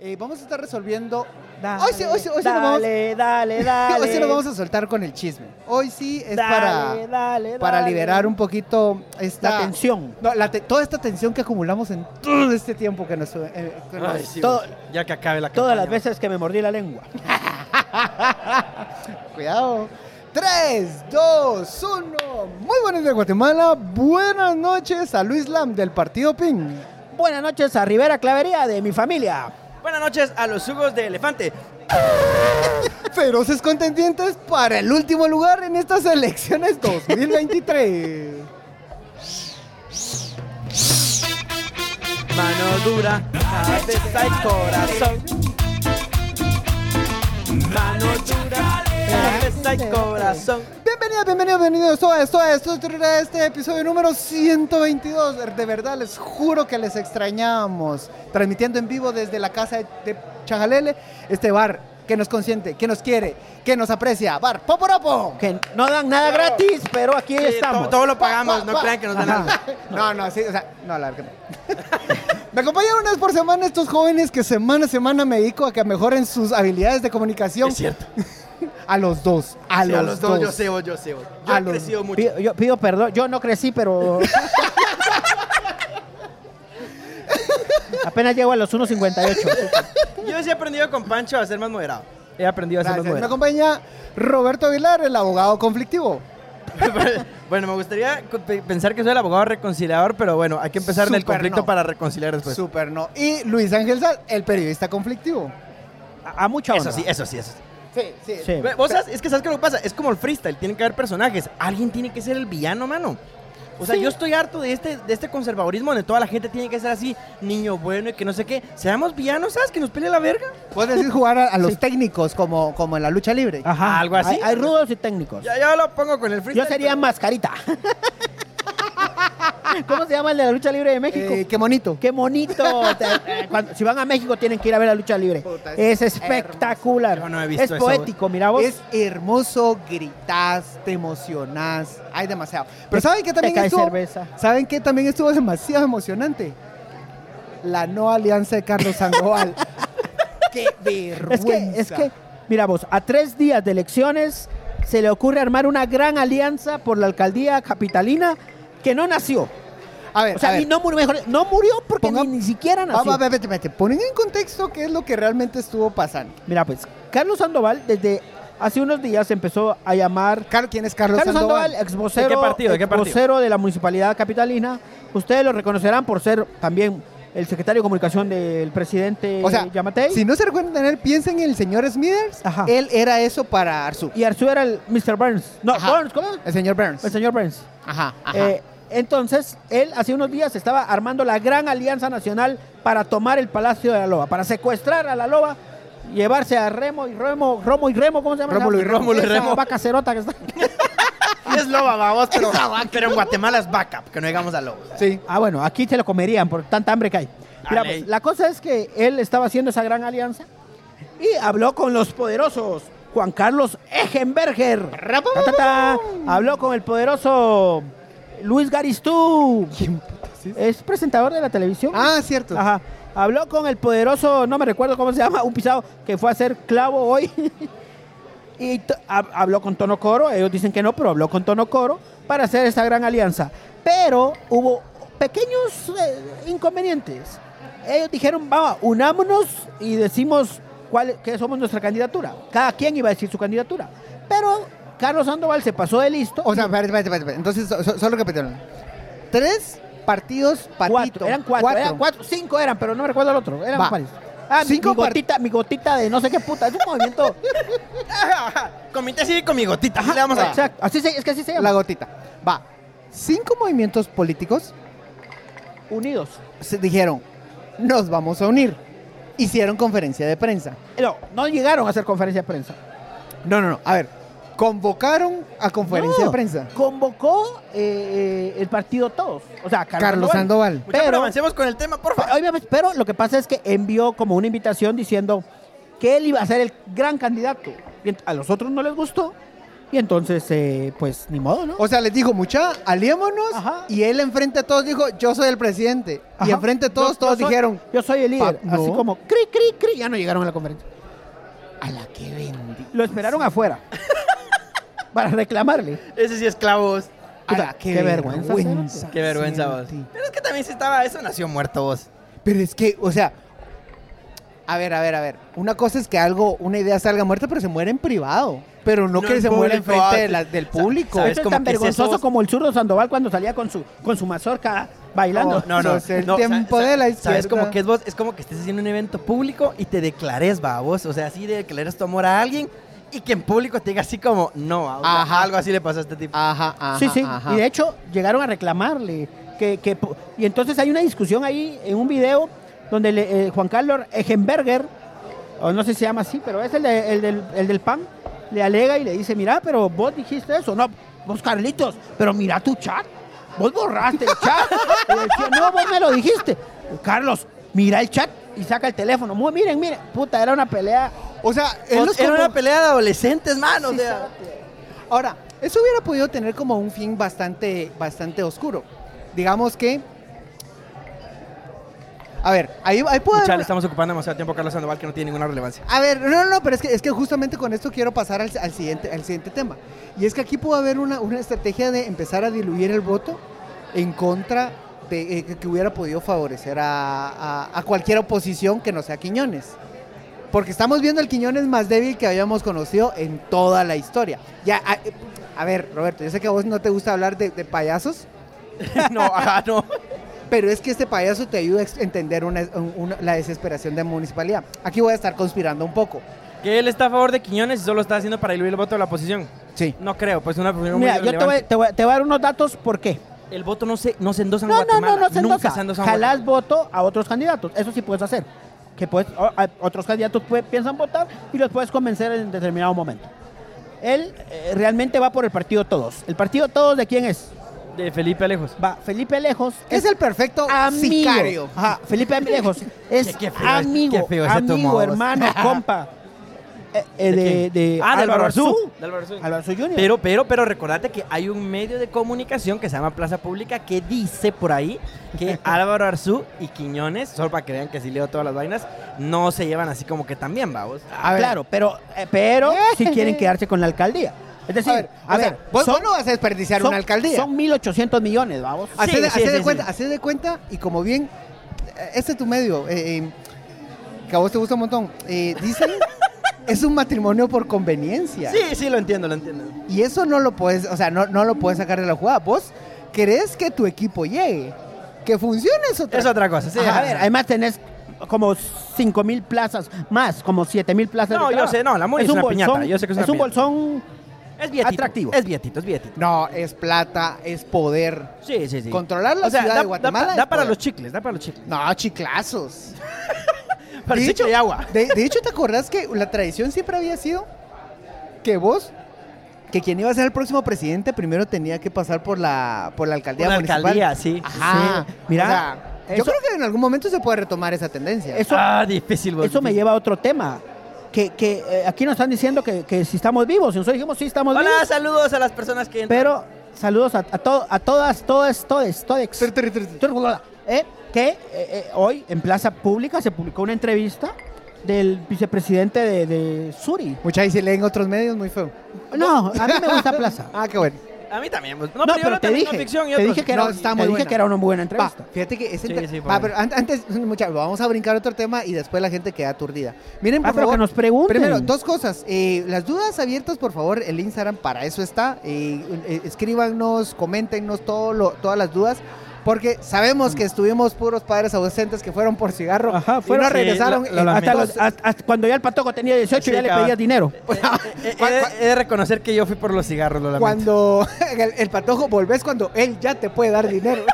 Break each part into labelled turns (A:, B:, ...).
A: Eh, vamos a estar resolviendo.
B: Dale,
A: hoy sí, hoy sí, hoy sí nos vamos-
B: dale, dale, dale.
A: Hoy sí nos vamos a soltar con el chisme. Hoy sí es
B: Dale,
A: para,
B: dale,
A: para
B: dale.
A: liberar un poquito esta.
B: la tensión.
A: No, la te- toda esta tensión que acumulamos en todo este tiempo que nos. eh, eh, que nos-
C: Ay, sí,
B: todo-
C: güey. ya que acabe la
B: Todas las
C: campaña.
B: veces que me mordí la lengua.
A: Cuidado. 3, 2, 1. Muy buenas de Guatemala. Buenas noches a Luis Lam del Partido PIN.
B: Buenas noches a Rivera Clavería de mi familia.
C: Buenas noches a los jugos de elefante.
A: Feroces contendientes para el último lugar en estas elecciones 2023.
C: Mano dura, a veces hay corazón. Mano dura, a veces hay corazón.
A: Bienvenidas, bienvenidos, bienvenidos a esto, a esto, a este episodio número 122. De verdad, les juro que les extrañamos. Transmitiendo en vivo desde la casa de, de Chajalele, este bar que nos consiente, que nos quiere, que nos aprecia. Bar Poporopo.
B: Que no dan nada gratis, pero aquí
C: Sí,
B: estamos.
C: to- todo lo pagamos, no crean que nos dan algo.
A: No, no, sí, o sea, no, la verdad que no. Me acompañan una vez por semana estos jóvenes que semana a semana me dedico a que mejoren sus habilidades de comunicación.
C: Es cierto.
A: A los dos, a,
C: Sí,
A: los, dos.
C: yo sé, vos, yo sé. vos. Yo
A: A
C: he
A: los-
C: crecido mucho.
B: Pido, yo pido perdón. Yo no crecí, pero. Apenas llego a los 1.58.
C: Yo sí he aprendido con Pancho a ser más moderado. He aprendido a ser más
A: Gracias. Me
C: moderado.
A: acompaña Roberto Aguilar, el abogado conflictivo.
C: bueno, me gustaría co- pe- pensar que soy el abogado reconciliador, pero bueno, hay que empezar del
A: Súper
C: conflicto
A: no.
C: para reconciliar
B: Pues,
C: después.
A: Super no. Y Luis Ángel Sal, el periodista conflictivo.
B: A, a mucha
C: Eso
B: onda.
C: sí, eso sí, eso sí.
A: Sí, sí.
B: Sí.
C: Ve, ¿Vos sabes? Es que sabes qué es lo que pasa, es como el freestyle, tienen que haber personajes, alguien tiene que ser el villano, mano. O sea, yo estoy harto de este, de este conservadurismo donde toda la gente tiene que ser así, niño bueno y que no sé qué. Seamos villanos, ¿sabes? Que nos pelee la verga.
A: Puedes decir jugar a, a los técnicos como, como en la lucha libre.
B: Ajá.
C: Ah, Algo así.
B: Hay, hay rudos y técnicos.
C: Ya, ya lo pongo con el
B: Yo
C: freestyle.
B: sería mascarita. ¿Cómo se llama el de la lucha libre de México?
A: Eh, qué bonito.
B: ¡Qué bonito! Te- eh, cuando- si van a México tienen que ir a ver la lucha libre.
A: Puta, es
B: es espectacular.
C: hermoso. Yo no he visto
B: es
C: eso,
B: poético, mira vos.
A: Es hermoso, gritás, te emocionás. Hay demasiado. Pero
B: Te-
A: ¿saben qué
B: te
A: también
B: cae
A: estuvo?
B: cerveza.
A: ¿Saben qué también estuvo demasiado emocionante? La no alianza de Carlos Sandoval. qué
B: Es
A: vergüenza.
B: que, es que, mira vos, a tres días de elecciones se le ocurre armar una gran alianza por la alcaldía capitalina que no nació.
A: A ver,
B: O sea,
A: Eh, a ver.
B: y no murió, mejor, no murió porque
A: Ponga-
B: ni, ni siquiera nació.
A: Vamos, a ver, vete, vete. Ponen en contexto qué es lo que realmente estuvo pasando.
B: Mira, pues, Carlos Sandoval desde hace unos días empezó a llamar
A: Car- ¿Quién es Carlos,
B: Carlos Sandoval,
A: Sandoval?
B: ex vocero,
C: ¿De qué partido? ¿De qué partido?
B: exvocero de la municipalidad capitalina. Ustedes lo reconocerán por ser también el secretario de comunicación del presidente
A: O sea,
B: Yamatei.
A: si no se recuerdan de él, piensen en el señor Smithers.
B: Ajá.
A: Él era eso para Arzu.
B: Y Arzu era el Mr. Burns. No,
A: Ajá.
B: Burns, ¿cómo?
A: El señor Burns.
B: El señor Burns.
A: Ajá, ajá.
B: Eh, entonces, él hace unos días estaba armando la gran alianza nacional para tomar el Palacio de la Loba, para secuestrar a la Loba, llevarse a Remo y Remo, Romo y Remo, ¿cómo se llama?
A: Rómulo y
B: Esa
C: Rómulo y Remo.
B: vaca cerota que está.
C: Es loba, babos, pero, pero en Guatemala es vaca, que no llegamos a lobos.
A: sí.
B: Ah, bueno, aquí te lo comerían por tanta hambre que hay. Mira,
C: Dale.
B: pues, la cosa es que él estaba haciendo esa gran alianza y habló con los poderosos. Juan Carlos Egenberger.
A: Ah,
B: Ta, ta, ta. Habló con el poderoso Luis Garistú.
A: ¿Quién putas es?
B: Es presentador de la televisión.
A: Ah, cierto.
B: Eh, Ajá. Habló con el poderoso, no me recuerdo cómo se llama, un pisado que fue a hacer clavo hoy. y t- hab- habló con Tono Coro, ellos dicen que no, pero habló con Tono Coro para hacer esta gran alianza. Pero hubo pequeños eh, inconvenientes. Ellos dijeron, vamos, unámonos y decimos cuál que somos nuestra candidatura. Cada quien iba a decir su candidatura. Pero Carlos Sandoval se pasó de listo.
A: O sea, espérate, espérate, espérate. Entonces, so- so- solo repitieron. Tres partidos patito.
B: Cuatro, eran cuatro, eran cuatro, cinco eran, pero no me recuerdo el otro. Eran
A: Va.
B: varios. Ah, mi-
A: Cinco
B: mi, gotita, mi gotita de no sé qué puta. Es un movimiento.
C: Comité cívico, mi gotita. así le vamos a...
B: Exacto. Así se- es que así se llama.
A: La gotita. Va. Cinco movimientos políticos
B: Unidos.
A: se dijeron, nos vamos a unir. Hicieron conferencia de prensa.
B: No, no llegaron a hacer conferencia de prensa.
A: No, no, no. A ver, convocaron a conferencia
B: No,
A: de prensa.
B: Convocó eh, eh, el partido Todos. O sea, Carlos,
A: Carlos Sandoval.
C: Mucha, pero
B: Pero-
C: avancemos con el tema, por favor.
B: Obviamente, pero lo que pasa es que envió como una invitación diciendo que él iba a ser el gran candidato. Y ent- A los otros no les gustó Y entonces, eh, pues ni modo, ¿no?
A: O sea, les dijo, mucha, aliémonos.
B: Ajá.
A: Y él enfrente a todos dijo, yo soy el presidente. Y
B: Ajá.
A: enfrente a
B: Yo-
A: todos,
B: yo
A: todos
B: soy-
A: dijeron,
B: Yo soy el líder.
A: Pa-
B: Así
A: no.
B: como, cri, cri, cri. Ya no llegaron a la conferencia.
A: a la que vendí.
B: Lo esperaron afuera para reclamarle.
C: Ese sí es clavos.
A: A
B: Puta,
A: la que
B: qué vergüenza,
A: vergüenza
C: Qué vergüenza vos.
A: sentí.
C: Pero es que también si estaba eso, nació muerto vos.
A: Pero es que, o sea, a ver, a ver, a ver. Una cosa es que algo, una idea salga muerta, pero se muere en privado. Pero no,
C: No
A: que
C: en
A: se muera
C: público,
A: enfrente
C: ah,
A: de la- del
C: sa-
A: público.
C: ¿sabes
B: Esto Este es
C: como
B: tan
C: que si
B: vergonzoso
C: esos-
B: como el zurdo Sandoval cuando salía con su, con su mazorca bailando.
A: No, sos el tiempo de la
C: ¿Sabes
A: izquierda.
C: como que es vos? Es como que estés haciendo un evento público y te declares, va, vos. O sea, así declares tu amor a alguien y que en público te diga así como, no, va, o sea,
A: Ajá.
C: algo así le pasó a este
B: Ah,
C: tipo.
A: Ajá, ajá.
B: sí, sí.
A: ajá.
B: Y de hecho, llegaron a reclamarle. Que, que, po- y entonces hay una discusión ahí en un video donde le- eh, Juan Carlos Egenberger, o no sé si se llama así, pero es el, de- el del, el del PAN, le alega y le dice, mira, pero vos dijiste eso. No, vos Carlitos, pero mira tu chat. Vos borraste el chat. Y decía, no, vos me lo dijiste. Carlos, mira el chat y saca el teléfono. Mu- Miren, miren, puta, era una pelea.
A: O sea, él
C: Vos-
A: los
C: Era
A: convo-
C: una pelea de adolescentes, mano. o
A: Sí,
C: sea.
A: Ahora, eso hubiera podido tener como un fin bastante, bastante oscuro. Digamos que. A ver, ahí, ahí puedo. dar
C: Mucha, le
A: una-
C: estamos ocupando demasiado tiempo a Carlos Sandoval que no tiene ninguna relevancia.
A: A ver, no, no, no, pero es que, es que justamente con esto quiero pasar al, al siguiente, al siguiente tema. Y es que aquí pudo haber una, una estrategia de empezar a diluir el voto en contra de eh, que- que hubiera podido favorecer a, a- a cualquier oposición que no sea Quiñones. Porque estamos viendo el Quiñones más débil que habíamos conocido en toda la historia. Ya, a, eh, a ver, Roberto, yo sé que a vos no te gusta hablar de, de payasos,
C: no, ajá, no.
A: pero es que este payaso te ayuda a ex- entender una- un- una- la desesperación de la municipalidad. Aquí voy a estar conspirando un poco.
C: Que él está a favor de Quiñones y solo está haciendo para diluir el voto de la oposición.
A: Sí.
C: No creo, pues una posición
B: Mira,
C: muy
B: yo te voy, te, voy, te voy a dar unos datos por qué.
C: El voto no se, no se endosa en
B: No, no,
C: Guatemala.
B: no, no se
C: Nunca
B: endosa.
C: se endosa en
B: Jalás voto a otros candidatos. Eso sí puedes hacer. Que puedes, o- a- otros candidatos pue- piensan votar y los puedes convencer en determinado momento. Él eh, realmente va por el partido Todos. ¿El partido Todos de quién es?
C: Guatemala. De Felipe Alejos.
B: Va Felipe Lejos.
A: Es el perfecto
B: amigo.
A: sicario.
B: Ajá, Felipe Lejos. Es
C: Qué- qué feo,
B: amigo,
C: qué feo ese
B: amigo,
C: tomó.
B: hermano, compa. Eh, eh, de,
C: quién?
B: de
C: ah, de Álvaro Arzú.
B: Arzú.
C: De Álvaro Arzú.
B: Álvaro Arzú Jr.
C: Pero, pero, pero recordate que hay un medio de comunicación que se llama Plaza Pública que dice por ahí que Álvaro Arzú y Quiñones, solo para que vean que sí leo todas las vainas, no se llevan así como que también, vamos.
A: A ver.
B: Claro, pero, eh, pero si quieren quedarse con la alcaldía. Es decir,
A: a ver,
B: a
A: o sea,
B: ver,
A: vos,
B: son-
A: vos no vas a desperdiciar
B: son,
A: una alcaldía.
B: Son 1.800 millones, vamos.
A: Hacé
C: Sí,
A: de,
C: sí,
A: hacé
C: sí,
A: de
C: sí.
A: cuenta, hacé de cuenta y como bien, eh, este es tu medio, eh, eh, que a vos te gusta un montón, eh, dicen, es un matrimonio por conveniencia.
C: Sí, sí, lo entiendo, lo entiendo.
A: Y eso no lo puedes, o sea, no, no lo puedes sacar de la jugada. Vos querés que tu equipo llegue, que funcione eso.
C: Es otra cosa, sí.
B: Ajá,
C: ajá.
B: a ver, además tenés como 5.000 plazas más, como 7.000 plazas.
C: No,
B: de
C: yo
B: trabajo.
C: sé, no, la Moni es una piñata, yo sé que es una
B: un
C: piñata.
B: bolsón
C: es vietito.
B: atractivo.
C: Es vietito, es vietito.
A: No, es plata, es poder.
C: Sí, sí, sí.
A: Controlar la ciudad
C: da,
A: de Guatemala
C: Da,
A: es
C: da para
A: poder.
C: los chicles, da para los chicles.
A: No, chiclazos.
C: Para el
A: dicho-
C: chicle y agua.
A: De, de hecho, ¿te acordás que la tradición siempre había sido que vos, que quien iba a ser el próximo presidente, primero tenía que pasar por la, por la alcaldía
C: Por la
A: municipal? Ah,
C: alcaldía, sí.
A: Ajá.
B: Sí. Mira,
A: O sea, yo
B: eso-
A: creo que en algún momento se puede retomar esa tendencia.
B: Eso,
C: ah, difícil, vos,
B: eso me
C: difícil.
B: lleva a otro tema. Que, que, eh, aquí nos están diciendo que, que si estamos vivos. Y nosotros dijimos, sí, estamos
C: Hola,
B: vivos.
C: saludos a las personas que entran.
B: Pero saludos a, a, to- a todas, todas, todes, todex.
A: Tr- tr- tr- tr-
B: Eh, que eh, eh, hoy en Plaza Pública se publicó una entrevista del vicepresidente de, de Suri.
A: Mucha y si leen otros medios, muy feo.
B: No, a mí me gusta Plaza.
A: Ah, qué bueno.
C: A mí también. pues. No,
B: No,
C: pero, yo
B: pero
C: no
B: te
C: tengo
B: dije,
C: ficción y
B: te
C: otros.
B: dije que era,
A: No, está
B: te
A: muy
B: dije
A: buena.
B: que era una
A: Va, Ah,
B: buena entrevista.
A: fíjate que es
C: Sí,
A: entre-
C: sí, por
A: Va,
C: ahí.
A: pero an- antes, muchachos, vamos a brincar otro tema y después la gente queda aturdida. Miren,
B: Ah,
A: por
B: pero
A: favor,
B: que nos pregunten.
A: Primero, dos cosas. Eh, las dudas abiertas, por favor, el Instagram para eso está. Eh, eh, escríbanos, coméntenos todo lo- todas las dudas. Porque sabemos que estuvimos puros padres ausentes que fueron por cigarro
B: Ajá,
A: y
B: fueron-
A: no regresaron. Eh,
C: Sí, lo- lo
B: hasta,
C: lamento.
B: los- hasta- hasta cuando ya el patoco tenía 18
C: Sí,
B: ya le
C: cabrón.
B: pedía dinero.
C: Eh, he, de, he de reconocer que yo fui por los cigarros, lo lamento.
A: cuando el, el patojo volvés cuando él ya te puede dar dinero.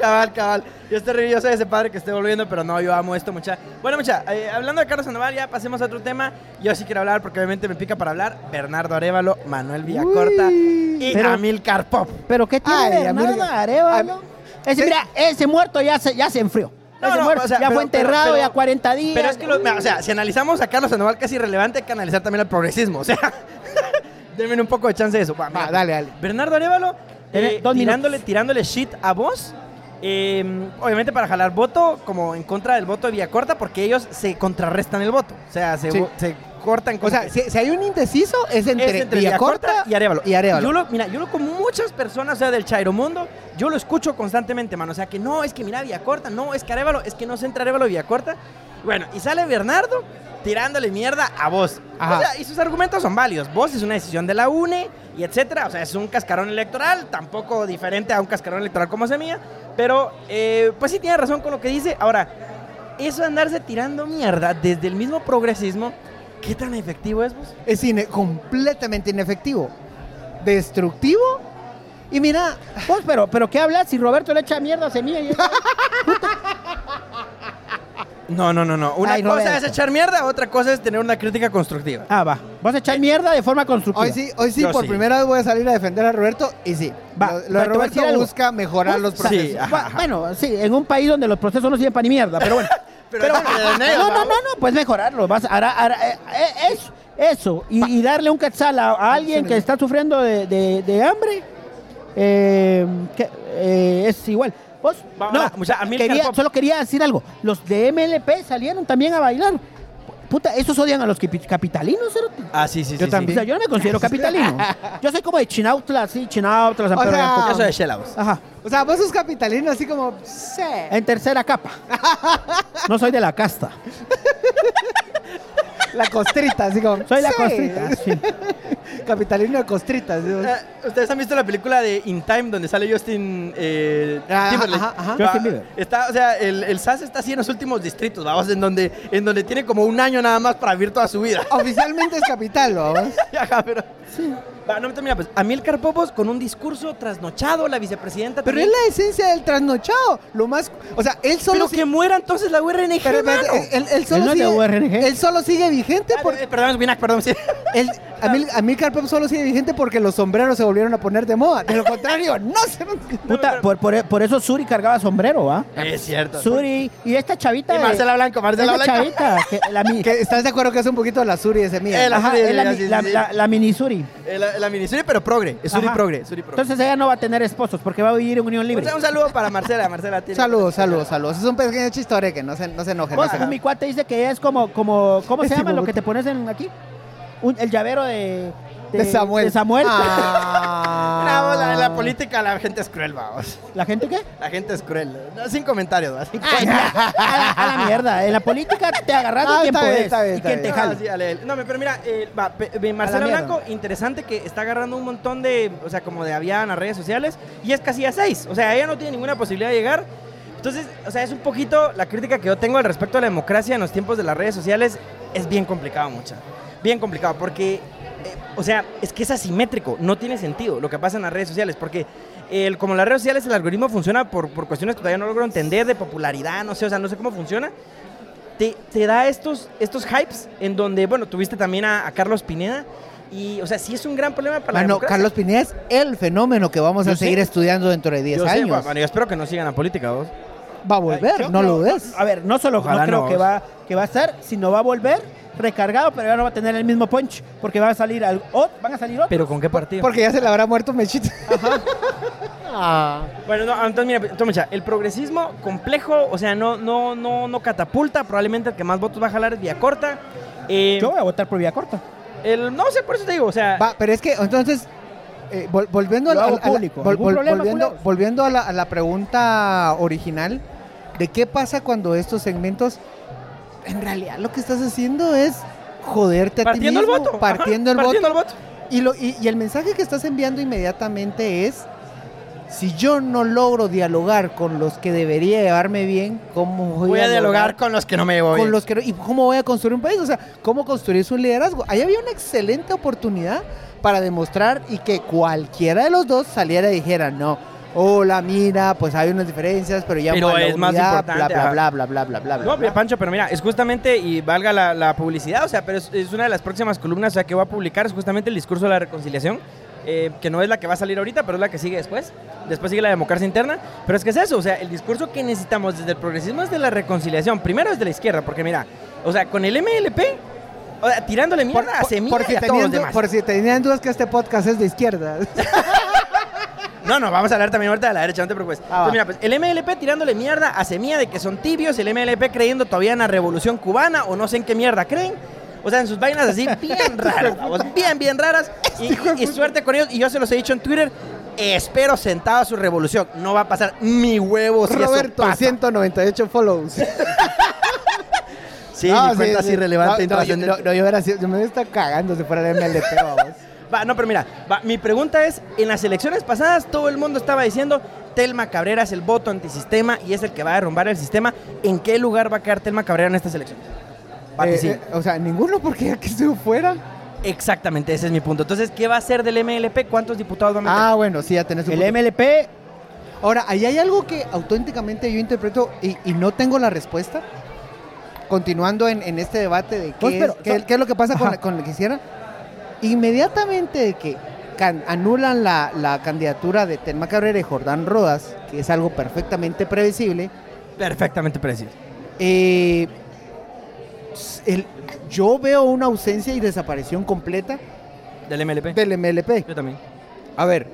C: Cabal, cabal. Yo estoy re- yo soy ese padre que esté volviendo, pero no, yo amo esto, mucha. Bueno, mucha, eh, hablando de Carlos Sandoval, ya pasemos a otro tema. Yo sí quiero hablar porque obviamente me pica para hablar. Bernardo Arevalo, Manuel Villacorta y
B: Pero-
C: Amilcar Pop.
B: Pero ¿qué tiene
A: Ay,
B: Bernardo
A: amigo.
B: Arevalo? Ese,
A: Sí.
B: mira, ese muerto ya se, ya se enfrió.
C: No,
B: Ese
C: no,
B: muerto
C: o sea,
B: ya fue
C: pero- pero-
B: enterrado
C: pero-
B: ya 40 días.
C: Pero es que, lo- o sea, si analizamos a Carlos Sandoval, casi irrelevante, hay que analizar también al progresismo. O sea, Denme un poco de chance de eso. Va,
A: Va,
C: mira.
A: dale, dale.
C: Bernardo Arevalo, eh,
B: Tiene dos
C: tirándole,
B: minutos.
C: tirándole shit a vos. eh, obviamente para jalar voto, como en contra del voto de Villacorta, porque ellos se contrarrestan el voto. O sea, se,
A: Sí.
C: vo- se cortan
A: O
C: como
A: sea,
C: que-
A: si, si hay un indeciso, es entre,
C: es entre
A: Villacorta
C: Villacorta y Arevalo.
A: y Arévalo.
C: Yo lo, mira, yo lo con muchas personas, o sea, del Chairo Mundo, yo lo escucho constantemente, mano. O sea, que no, es que mira Villacorta, no, es que Arevalo, es que no se entra Arevalo y Villacorta. Bueno, y sale Bernardo tirándole mierda a vos.
A: Ajá.
C: O sea, y sus argumentos son válidos. Vos es una decisión de la UNE y etcétera. O sea, es un cascarón electoral, tampoco diferente a un cascarón electoral como Semilla. Pero, eh, pues sí tiene razón con lo que dice. Ahora, eso de andarse tirando mierda desde el mismo progresismo, ¿qué tan efectivo es vos?
A: Es ine- completamente inefectivo, destructivo. Y mira,
B: Vos, pero, pero ¿qué hablas si Roberto le echa mierda a Semilla? y-
C: No, no, no, no. Una
B: Ay,
C: cosa
B: Roberto.
C: es echar mierda, otra cosa es tener una crítica constructiva.
B: Ah, va. Vos echás mierda de forma constructiva.
A: hoy sí, hoy sí
C: Yo
A: por
C: sí.
A: primera vez voy a salir a defender a Roberto y sí.
B: Va,
A: lo- lo,
B: pero
A: de
B: te voy a decir
A: Roberto
B: algo.
A: busca mejorar los
B: Sí, Ah.
A: procesos.
C: ajá,
B: Bu-
C: ajá.
B: Bueno, sí, en un país donde los procesos no sirven para ni mierda, pero bueno.
C: Pero déjame de negro,
B: no, no, no,
C: vamos.
B: no, pues mejorarlo. Vas, hará, hará- eh, eh, eso, eso. Y, y darle un quetzal a, a alguien que está sufriendo de, de- de hambre, eh, que, eh, es igual. Vos,
C: Va,
B: no,
C: va, mucha- Amilcar
B: quería-
C: Pop.
B: solo quería decir algo. Los de MLP salieron también a bailar. Puta, esos odian a los capi- capitalinos, cerote.
C: Ah, sí, sí, sí.
A: Yo
C: sí.
A: también.
B: O sea, yo no me considero capitalino. Yo soy como de Chinautla, sí, Chinautla, San
A: O
B: Pedro de
A: sea,
B: Atco-
C: Yo soy de Shellaus.
A: Ah, pues.
B: Ajá.
A: O sea, vos sos capitalino así como... Sí.
B: En tercera capa. No soy de la casta.
A: La costrita, así como...
B: Soy la
A: sí.
B: costrita. sí.
A: Capitalino de costrita. así como,
C: Eh, Ustedes han visto la película de In Time donde sale Justin eh,
A: Ah,
C: Timberlake.
A: ajá, ajá.
C: Va,
B: Justin Bieber.
C: Está, o sea, el, el SAS está así en los últimos distritos, vamos, en donde, en donde tiene como un año nada más para vivir toda su vida.
A: Oficialmente es capital, vamos.
C: Ajá, pero. Va, no, mira, pues, Amilcar Popos con un discurso trasnochado, la vicepresidenta.
A: Pero es
C: también.
A: la esencia del trasnochado. Lo más... O sea, él solo...
C: Pero
A: sí-
C: que muera entonces la URNG,
A: pero- pero-
C: mano.
A: él, él solo
B: no es de URNG.
A: sigue, él solo sigue vigente
C: Ah,
A: por,
C: eh, Perdón, Winac, perdón, sí.
A: El, a, mí, a mí el Carpop solo sigue vigente porque los sombreros se volvieron a poner de moda. De lo contrario, no se...
B: Puta, por, por, por eso Suri cargaba sombrero, ¿va?
C: Es cierto.
B: Suri. Y esta chavita.
C: Y
B: de-
C: Marcela Blanco, Marcela
B: esta
C: Blanco.
B: chavita. que la, mi-
A: Que, ¿Estás de acuerdo que es un poquito la suri de semilla?
C: El-
B: ajá,
C: Sí,
B: es la,
C: sí,
B: mi-
C: sí,
B: la-
C: sí.
B: la- la mini Suri.
C: Eh, La, la miniserie, pero progre. Es Suri
B: Ajá.
C: progre. Suri progre.
B: Entonces ella no va a tener esposos porque va a vivir en unión
C: un,
A: Pues,
B: libre.
C: sa- un saludo para Marcela. Marcela tiene.
A: Saludos, saludos, saludos. Es un pequeño chistore que no se, no se enoje.
B: Vos,
A: no se enoje.
B: mi cuate dice que ella es como. como ¿Cómo se
A: Este
B: llama lo
A: bobo-
B: que te pones en aquí? Un- el llavero de.
A: De Samuel.
B: de Samuel.
A: Ah.
C: Mira, vos, la, la política, la gente es cruel, vamos.
B: ¿La gente qué?
C: La gente es cruel. No, sin comentarios, va, sin
B: Ay,
C: comentarios.
B: ya, a, la, a la mierda. En la política te agarras
A: Ah,
B: de quien
A: está bien,
B: podés
A: está bien,
B: y
A: está
B: quien te
A: bien.
B: jala.
C: Ah, sí, dale, dale. No, pero mira, eh, va, pe- pe- Marcela
A: mierda.
C: Blanco, interesante que está agarrando un montón de, o sea, como de avián a redes sociales y es casi a seis. O sea, ella no tiene ninguna posibilidad de llegar. Entonces, o sea, es un poquito la crítica que yo tengo al respecto a la democracia en los tiempos de las redes sociales es bien complicado, mucha. Bien complicado, porque, eh, o sea, es que es asimétrico, no tiene sentido lo que pasa en las redes sociales, porque el, como en las redes sociales el algoritmo funciona por, por cuestiones que todavía no logro entender, de popularidad, no sé, o sea, no sé cómo funciona, te, te da estos, estos hypes en donde, bueno, tuviste también a, a Carlos Pineda y, o sea, sí es un gran problema para la
A: Mano,
C: democracia.
A: Carlos Pineda es el fenómeno que vamos a
C: Yo sé.
A: seguir estudiando dentro de 10
C: Yo sé,
A: años.
C: bueno, yo espero que no sigan a política vos.
A: Va a
B: Ay,
A: volver,
B: creo
A: no
B: que
A: lo dudes.
B: A ver, no solo no
C: Ojalá
B: creo
C: no.
B: que va que va a ser, sino va a volver recargado, pero ya no va a tener el mismo punch, porque va a salir al, o- van a salir otros.
C: ¿Pero con qué partido?
A: Porque ya se le habrá muerto Mechita. Ah.
C: Bueno, no, entonces mira, entonces, mira, el progresismo complejo, o sea, no, no, no, no catapulta, probablemente el que más votos va a jalar es Vía Corta. Eh,
B: Yo voy a votar por vía corta.
C: el, no sé, por eso te digo, o sea,
A: Va, pero es que entonces, eh, vol- volviendo, a
B: Lo
A: la-
B: hago
A: a la-
B: público.
A: vol-
B: ¿Algún
A: vol-
B: problema,
A: volviendo,
B: culeros?
A: volviendo a, la, a la pregunta original, ¿de qué pasa cuando estos segmentos, en realidad lo que estás haciendo es joderte a
C: partiendo
A: ti
C: el
A: mismo,
C: voto. ajá,
A: partiendo el
C: partiendo
A: voto? Y, lo, y, y el mensaje que estás enviando inmediatamente es, si yo no logro dialogar con los que debería llevarme bien, ¿cómo voy,
C: Voy, a dialogar con los que no me llevo
A: con
C: bien.
A: los que no- y cómo voy a construir un país, o sea, cómo construir su liderazgo. Ahí había una excelente oportunidad para demostrar y que cualquiera de los dos saliera y dijera, "No, hola, mira, pues hay unas diferencias, pero ya
C: Pero
A: vamos a la
C: es más
A: unidad,
C: importante,
A: bla
C: ajá.
A: bla bla bla bla bla bla."
C: No,
A: bla.
C: mira, Pancho, pero mira, es justamente, y valga la, la publicidad, o sea, pero es, es una de las próximas columnas o sea, que voy a publicar, es justamente el discurso de la reconciliación, eh, que no es la que va a salir ahorita, pero es la que sigue después. Después sigue la democracia interna, pero es que es eso, o sea, el discurso que necesitamos desde el progresismo es de la reconciliación, primero es de la izquierda, porque mira, o sea, con el MLP O sea, tirándole mierda
A: Por,
C: a
A: por-
C: Semilla
A: por si
C: y a todos los
A: tenían, du-
C: demás.
A: por si tenían dudas que este podcast es de izquierda.
C: No, no, vamos a hablar también ahorita de la derecha, no te preocupes.
A: Ah, va.
C: Entonces, mira, pues el MLP tirándole mierda a Semilla de que son tibios, el MLP creyendo todavía en la revolución cubana o no sé en qué mierda creen. O sea, en sus vainas así bien raras, vamos, bien, bien raras.
A: Este
C: Y, y- y suerte con ellos. Y yo se los he dicho en Twitter, espero sentado a su revolución. No va a pasar mi huevo si eso
A: Roberto,
C: pasa.
A: 198 follows.
C: Sí,
A: No,
C: mi
A: Ah,
C: cuenta
A: sí,
C: así
A: sí.
C: relevante,
A: No, no, yo,
C: intrascendente.
A: no, no, yo hubiera sido- yo me hubiera estado cagando si fuera el MLP, vamos.
C: Va, no, pero mira, va, mi pregunta es, en las elecciones pasadas todo el mundo estaba diciendo, Telma Cabrera es el voto antisistema y es el que va a derrumbar el sistema. ¿En qué lugar va a quedar Telma Cabrera en estas elecciones? Papi,
A: Eh,
C: sí.
A: eh, o sea, ninguno porque aquí estuvo fuera.
C: Exactamente, ese es mi punto. Entonces, ¿qué va a hacer del MLP? ¿Cuántos diputados va a meter?
A: Ah, bueno, sí, ya tenés un
B: El
A: punto.
B: MLP,
A: Ahora, ahí hay algo que auténticamente yo interpreto y, y no tengo la respuesta. Continuando en, en este debate de qué,
B: Pues,
A: es,
B: pero,
A: qué-
B: so-
A: qué es lo que pasa con,
B: Ajá.
A: la- con lo que hicieron, inmediatamente de que can- anulan la, la candidatura de Telma Cabrera y Jordán Rodas, que es algo perfectamente previsible,
C: Perfectamente predecible.
A: eh, el- yo veo una ausencia y desaparición completa
C: Del MLP.
A: del MLP.
C: Yo también.
A: A ver,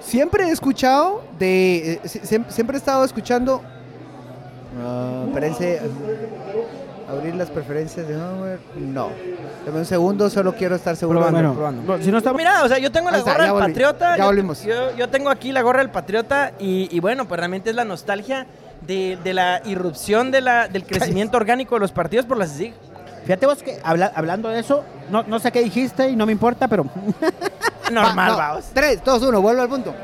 A: siempre he escuchado de. eh, sie- siem- siempre he estado escuchando. Ah, parece. ah, Abrir las preferencias de hardware. No. Dame un segundo, solo quiero estar seguro.
C: Probando,
A: Bueno,
C: probando.
B: no, si no estamos...
C: Mira, o sea, yo tengo la
A: Ahí está,
C: gorra
A: ya
C: del
A: volví,
C: patriota.
A: ya
C: yo-
A: volvimos.
C: Yo, yo tengo aquí la gorra del patriota y, y bueno, pues realmente es la nostalgia de, de la irrupción de la, del crecimiento orgánico de los partidos por las SIG.
B: Fíjate vos que habla- hablando de eso, no, no sé qué dijiste y no me importa, pero
C: Normal,
A: Va, Ah, no,
C: vaos.
A: Tres, dos, uno, vuelvo al punto.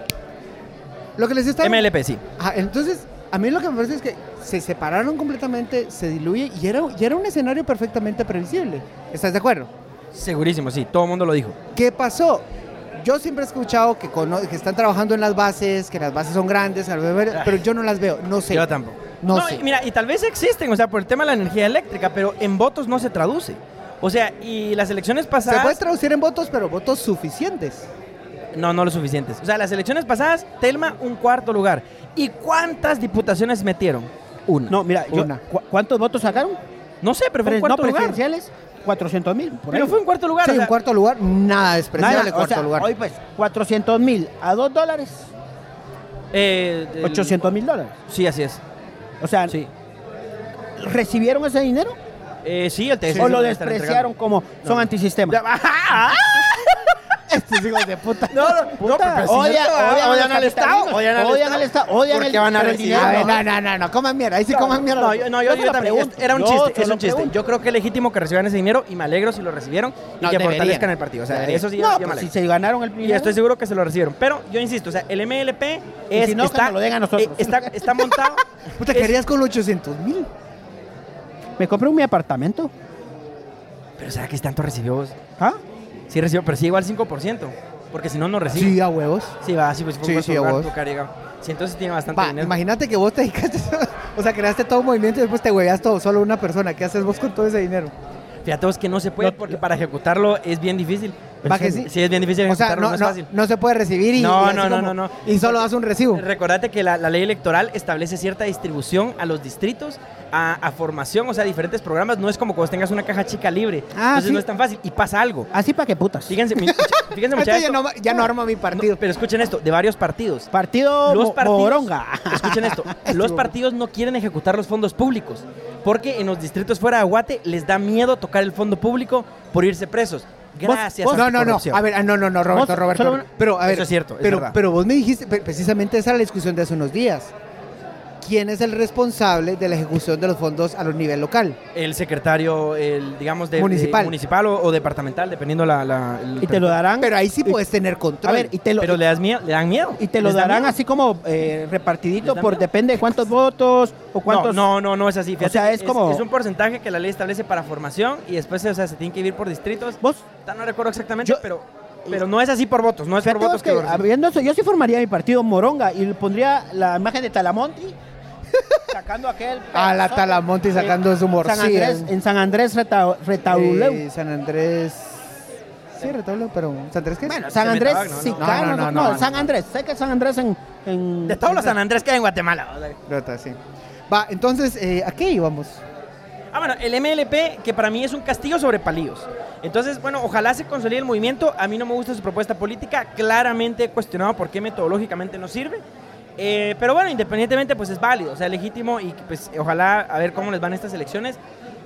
A: Lo que les está.
C: MLP, sí.
A: Ah, entonces, a mí lo que me parece es que se separaron completamente, se diluye y era, y era un escenario perfectamente previsible. ¿Estás de acuerdo?
C: Segurísimo, sí. Todo el mundo lo dijo.
A: ¿Qué pasó? Yo siempre he escuchado que, cono- que están trabajando en las bases, que las bases son grandes, a ver, pero yo no las veo, no sé.
C: Yo tampoco.
A: No sé.
C: y mira, y tal vez existen, o sea, por el tema de la energía eléctrica, pero en votos no se traduce. O sea, y las elecciones
A: Se puede
C: pasadas...
A: traducir en votos, pero votos suficientes.
C: No, no lo suficientes. O sea, las elecciones pasadas, Telma, un cuarto lugar. ¿Y cuántas diputaciones metieron? Una.
B: no, mira, yo-
A: Una.
B: ¿cu- ¿cuántos votos sacaron?
C: No sé, pero fue
B: Pres- no
C: un cuarto lugar.
B: presidenciales, 400 mil.
C: Pero fue un cuarto lugar.
A: sí,
C: o sea,
A: en cuarto lugar, nada despreciable cuarto lugar.
B: Hoy pues, 400 mil a 2 dólares,
C: eh, el-
B: 800 mil dólares.
C: Sí, así es.
B: O sea,
C: Sí.
B: ¿recibieron ese dinero
C: Eh, sí, el TSE
B: o
C: se
B: lo
C: van a estar
B: despreciaron
C: entregando.
B: como son
C: No.
B: antisistema? Estos hijos de puta.
C: No, no, no, pero es
B: Odian,
C: cierto, ¿verdad?
B: odian,
C: Odian al Estado, odian al
B: Odian al Estado. Odian
C: ¿Por
B: el
C: qué van a
B: pero el
C: recibir?
B: dinero
A: A ver,
B: no.
A: no, no, no, no, coman mierda, ahí sí coman mierda.
C: No, yo, no, yo,
B: Yo se
C: yo
B: la
C: también.
B: pregunto.
C: Era un
B: Yo
C: chiste,
B: se
C: es
B: lo
C: un chiste.
B: pregunto.
C: Yo creo que es legítimo que reciban ese dinero y me alegro si lo recibieron y
A: No,
C: que
A: deberían.
C: fortalezcan el partido. O sea,
A: Deberían.
C: eso sí,
B: No,
C: yo me
B: pues, si
C: alegro.
B: se ganaron el
C: Y estoy seguro que se lo recibieron. Pero yo insisto, o sea, el MLP
B: Y
C: es,
B: si no, que
C: está,
B: nos lo den a nosotros.
C: eh, está, está montado.
A: Puta,
C: es-
A: querías con los 800 mil.
B: Me compré un mi apartamento.
C: Pero ¿será que tanto recibió? vos?
B: ¿Ah?
C: Sí recibió, pero sí igual 5%. Porque si no, no recibe.
A: Sí, a huevos.
C: Sí, va, sí, pues fue
A: Sí,
C: un
A: sí, a
C: lugar,
A: vos.
C: tu cara llega. Sí, entonces tiene bastante
A: Va,
C: dinero.
A: imagínate que vos te dedicaste, o sea, creaste todo un movimiento y después te hueveas todo, solo una persona. ¿Qué haces vos con todo ese dinero?
C: Fíjate vos que no se puede
B: No,
C: porque para ejecutarlo es bien difícil. Pues,
A: Va que sí.
C: Sí, es bien difícil
A: O sea,
C: ejecutarlo,
A: no,
C: no es
A: no-
C: fácil.
A: no se puede recibir y,
C: No,
A: y así
C: no, no,
A: como-
C: no, no.
A: y solo das un recibo.
C: Recordate que la, la ley electoral establece cierta distribución a los distritos, a, a formación, o sea, diferentes programas. No es como cuando tengas una caja chica libre.
B: Ah,
C: Entonces
B: sí.
C: no es tan fácil. Y pasa algo.
B: Así para que putas.
C: Fíjense, mi- fíjense
A: Esto
C: muchachos.
A: ya no, va- ya no arma mi partido.
C: pero escuchen esto, de varios partidos.
B: Partido
C: Los
B: Mo-
C: partidos-
B: Moronga.
C: Escuchen esto, los partidos no quieren ejecutar los fondos públicos porque en los distritos fuera de Aguate les da miedo tocar el fondo público por irse presos. Gracias.
A: no,
C: a
A: no,
C: la
A: no.
C: corrupción.
A: A ver, ah, no, no, no, Roberto,
B: Vos,
A: Roberto.
B: solo una-
A: Pero, a ver,
C: Eso es cierto, es
A: pero,
C: verdad.
A: pero vos me dijiste, pre- precisamente esa era la discusión de hace unos días. ¿Quién es el responsable de la ejecución de los fondos a lo nivel local?
C: El secretario, el, digamos, de,
A: Municipal.
C: de municipal o, o departamental, dependiendo la... la- el-
B: Y te lo darán.
A: Pero ahí sí
B: y-
A: puedes tener control.
B: A ver, y te lo,
C: Pero le, das miedo, le dan miedo.
B: y te lo
C: les da
B: darán
C: miedo.
B: así como eh,
C: ¿Les
B: repartidito
C: da
B: por
C: miedo?
B: depende de cuántos votos o cuántos.
C: No, no, no, no es así. Fíjate
B: sea,
C: que
B: es como-
C: Es un porcentaje que la ley establece para formación y después, o sea, se tienen que vivir por distritos.
B: Vos,
C: Ta- No recuerdo exactamente,
B: Yo-
C: pero, pero no es así por votos, no es por
B: fíjate
C: votos
B: vos
C: que,
B: que,
C: lo reciben.
B: habiendo eso, yo sí formaría mi partido Moronga y le pondría la imagen de Talamonti sacando aquel.
A: a la Talamonte sacando su
B: San
A: morcilla.
B: Andrés, en San Andrés Reta- Retauleu.
A: Eh, San Andrés. Sí, retablo, pero. ¿San Andrés qué?
B: Bueno, San
C: Se
B: Andrés,
C: metaban, ¿no?
B: sí,
C: No,
B: claro,
A: no,
B: no,
A: no,
B: no,
A: no, no.
B: San Andrés, sé que San Andrés en... en-
C: De todos los San Andrés que hay en Guatemala. o sea.
A: Rota, sí. Va, entonces, eh, ¿a qué íbamos?
C: Ah, bueno, el MLP, que para mí es un castigo sobre palíos. Entonces, bueno, ojalá se consolide el movimiento. A mí no me gusta su propuesta política. Claramente he cuestionado por qué metodológicamente no sirve. Eh, pero bueno, independientemente, pues es válido, o sea, legítimo. Y pues ojalá a ver cómo les van estas elecciones.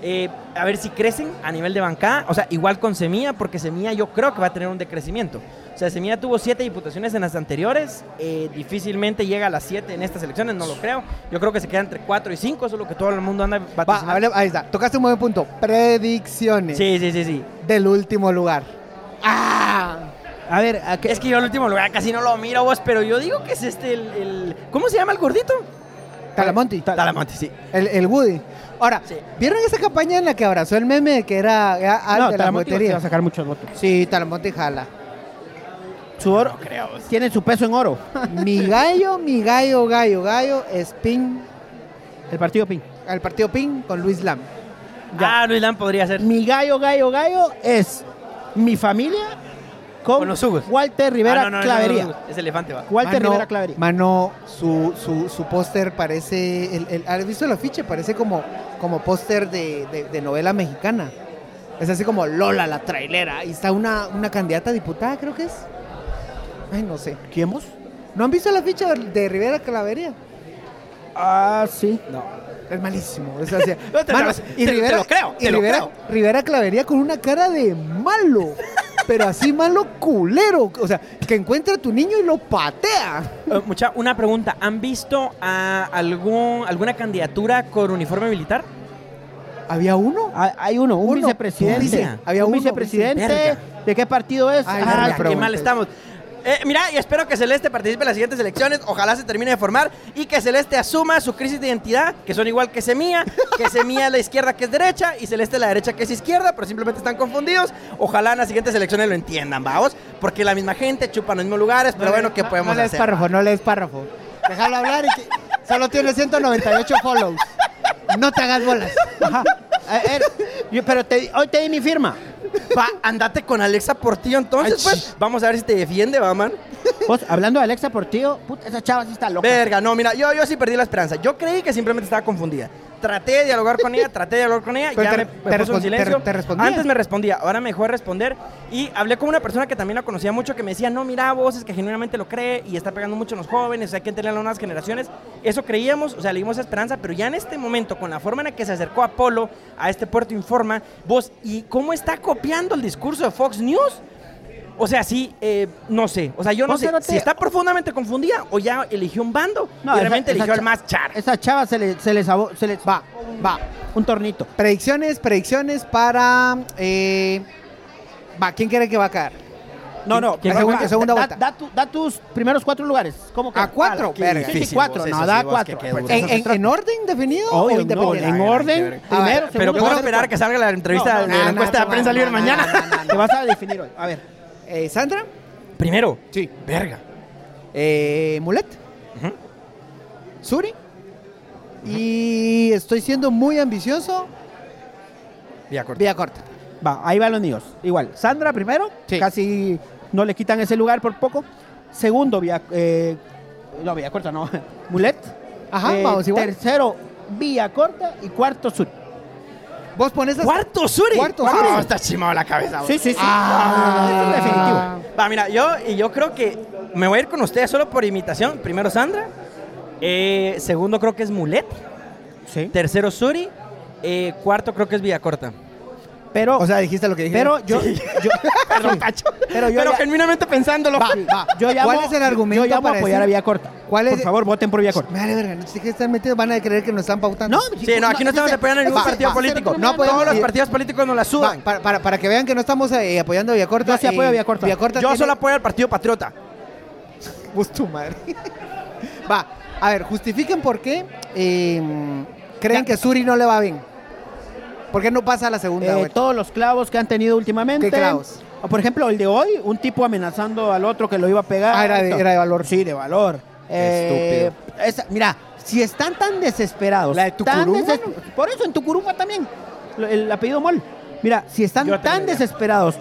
C: Eh, a ver si crecen a nivel de bancada. O sea, igual con Semilla, porque Semilla yo creo que va a tener un decrecimiento. O sea, Semilla tuvo siete diputaciones en las anteriores. eh, difícilmente llega a las siete en estas elecciones, no lo creo. Yo creo que se queda entre cuatro y cinco. Eso es lo que todo el mundo anda
A: Va,
C: vaticinando.
A: hable- ahí está. Tocaste un buen punto. Predicciones
C: Sí, sí, sí, sí.
A: del último lugar. ¡Ah!
B: A ver, ¿a qué-
C: Es que yo el último lugar casi no lo miro vos, pero yo digo que es este el, el- ¿Cómo se llama el gordito?
A: Talamonti.
C: Talamonte, sí.
A: El, el Woody. Ahora,
C: Sí.
A: ¿vieron esa campaña en la que abrazó el meme que era, era Al
B: no,
A: de la
B: Talamonte va
A: botería?
B: a sacar muchos votos.
A: Sí, Talamonte jala.
B: Su oro, creo. Tiene su peso en oro.
A: Mi gallo, mi gallo, gallo, gallo es PIN,
B: El partido PIN.
A: el partido PIN con Luis Lam.
C: Ah, Luis Lam podría ser.
B: Mi gallo, gallo, gallo es mi familia con,
C: Con los Hugos.
B: Walter Rivera
C: Ah, no, no, no,
B: Clavería.
C: no, no, es elefante, va.
B: Walter
A: Mano-
B: Rivera Clavería.
A: Mano, su, su, su póster parece. El, el- ¿Has visto el afiche? Parece como, como póster de, de- de novela mexicana. Es así como Lola la trailera. Y está una, una candidata a diputada, creo que es. Ay, no sé.
B: ¿Quién vos?
A: ¿No han visto la ficha de Rivera Clavería?
B: Ah, sí.
A: Es malísimo. es así.
C: No, te-
A: Mano,
C: te-
A: y
C: te
A: Rivera,
C: lo creo,
A: y
C: te lo
A: Rivera,
C: creo.
A: Rivera Clavería con una cara de malo. Pero así malo culero. O sea, que encuentra a tu niño y lo patea.
C: Eh, mucha, una pregunta. ¿Han visto a algún, alguna candidatura con uniforme militar?
A: Había uno.
B: Ah, Hay uno, un
A: Uno.
B: vicepresidente.
A: Un vice. Había
B: un
A: uno,
B: vicepresidente.
C: vice.
B: ¿De qué partido es?
A: Ay,
B: Ah,
A: verga.
C: Ah, qué mal estamos. Eh, mira, y espero que Celeste participe en las siguientes elecciones. Ojalá se termine de formar y que Celeste asuma su crisis de identidad, que son igual que Semilla, que Semilla es la izquierda que es derecha y Celeste es la derecha que es izquierda, pero simplemente están confundidos. Ojalá en las siguientes elecciones lo entiendan, vamos, porque la misma gente chupa en los mismos lugares, pero bueno, ¿qué
A: no,
C: podemos
A: no lees
C: hacer?
A: párrafo, no lees párrafo. Déjalo hablar y que solo tiene 198 follows. No te hagas bolas.
B: Ajá. A ver, eh, er, yo- pero te- hoy te di mi firma.
C: Pa, andate con Alexa Portillo entonces,
B: Ay,
C: pues. Vamos a ver si te defiende, va, man.
B: Vos, hablando de Alexa Portillo, puta, esa chava sí está loca.
C: Verga, no, mira, yo, yo sí perdí la esperanza. Yo creí que simplemente estaba confundida. Traté de dialogar con ella, traté de dialogar con ella,
A: Pero
C: ya
A: te-
C: me,
A: te
C: me puso en
A: respon-
C: silencio.
A: te- te respondía.
C: Antes me respondía, ahora me dejó de responder. Y hablé con una persona que también la conocía mucho, que me decía, no, mira, vos es que genuinamente lo cree y está pegando mucho en los jóvenes, hay que entenderle a las nuevas generaciones. Eso creíamos, o sea, le dimos esa esperanza, pero ya en este momento, con la forma en la que se acercó Apolo a este puerto Informa, vos, ¿y cómo está copiando el discurso de Fox News? O sea, sí, eh, no sé. O sea, yo no
B: Vos,
C: sé
B: cerote,
C: si está profundamente confundida o ya eligió un bando
B: No,
C: y
B: esa-
C: realmente
B: esa
C: eligió al
B: cha-
C: más char.
B: Esa chava se le, se le, sabo- se le-
A: Va, va.
B: un tornito.
A: Predicciones, predicciones para. eh, va, ¿quién cree que va a caer?
B: No, no,
A: ¿Quién
B: pero
A: segunda-
B: da-
A: segunda
B: da-
A: vuelta?
B: Da, tu- da tus primeros cuatro lugares. ¿Cómo que?
A: ¿A cuatro?
B: Sí,
A: Verga.
B: sí,
C: Difícil,
B: cuatro.
C: vos,
B: No,
C: eso
B: da
C: sí, vos,
B: cuatro. Pues,
C: qué- qué duro.
B: En-
A: ¿En, en- en orden definido
B: Obvio,
A: o
B: no,
A: independiente?
B: en orden,
A: A ver,
B: primero,
A: pero
C: Pero
A: ¿qué
B: segundo,
A: vas a
C: puedo
B: tercero,
C: esperar que
B: cuarto.
C: salga la entrevista
B: No, no,
C: de la
A: no,
C: encuesta
A: no,
C: de prensa
A: no,
C: libre
A: no,
C: mañana.
A: no, no, no,
B: Te vas a definir hoy. A ver.
A: eh, ¿Sandra?
C: Primero,
A: Sí.
C: verga.
A: Eh, Mulet.
C: Ujú.
A: Suri. Y estoy siendo muy ambicioso.
C: Ya corté.
A: Vía corta.
B: Va, ahí van los niños. Igual, Sandra primero,
A: Sí.
B: casi no le quitan ese lugar por poco. Segundo, Vía, eh, no, Vía Corta, no, Mulet. Eh,
A: Ajá, vamos igual.
B: Tercero, Vía Corta y cuarto, Sur.
A: Vos pones las-
C: Cuarto Suri.
A: Cuarto
C: Wow,
A: Suri.
C: está chimado la cabeza.
B: Sí, sí, sí.
A: Ah.
B: No, no, no, esto es definitivo.
C: Va, mira, yo, y yo creo que me voy a ir con ustedes solo por imitación. Primero Sandra. Eh, segundo creo que es Mulet.
B: Sí.
C: Tercero Suri. Eh, cuarto creo que es Villacorta.
B: Pero,
A: O sea, dijiste lo que dije.
B: pero yo, yo,
C: Perdón, Pacho.
B: Pero yo ya-
C: genuinamente pensándolo.
A: Va, va.
B: yo llamo,
A: ¿Cuál es el argumento
B: yo llamo
A: para
B: a apoyar
A: decir-
B: a Vía Corta.
A: ¿Cuál es-
B: Por favor, voten por Vía Corta.
A: Me vale verga, no sé qué están metidos, van a creer que nos están pautando.
C: Sí, no, aquí no estamos
A: dice-
C: apoyando a ningún
A: va,
C: partido
A: va,
C: político.
A: No podemos-
C: Todos los partidos políticos nos la
A: Va,
C: sudan.
A: para, para, para que vean que no estamos eh, apoyando a Villacorta. eh,
B: Yo sí apoyo a Villacorta.
A: Villacorta
C: Yo
A: tiene-
C: solo apoyo al Partido Patriota.
A: Pues tu madre. va, a ver, justifiquen por qué eh, creen
B: Ya.
A: que Suri no le va bien. ¿Por qué no pasa a la segunda
B: Eh,
A: vuelta?
B: todos los clavos que han tenido últimamente.
A: ¿Qué clavos?
B: O, por ejemplo, el de hoy, un tipo amenazando al otro que lo iba a pegar.
A: Ah, era de- era de valor.
B: Sí, de valor.
C: Qué
B: Eh, esa- mira, si están tan desesperados.
A: La de
B: tan
A: Tucurufa,
B: deses- Por eso en Tucurufa también. lo- El apellido Mol. Mira, si están
C: Yo
B: tan
C: también, ya.
B: desesperados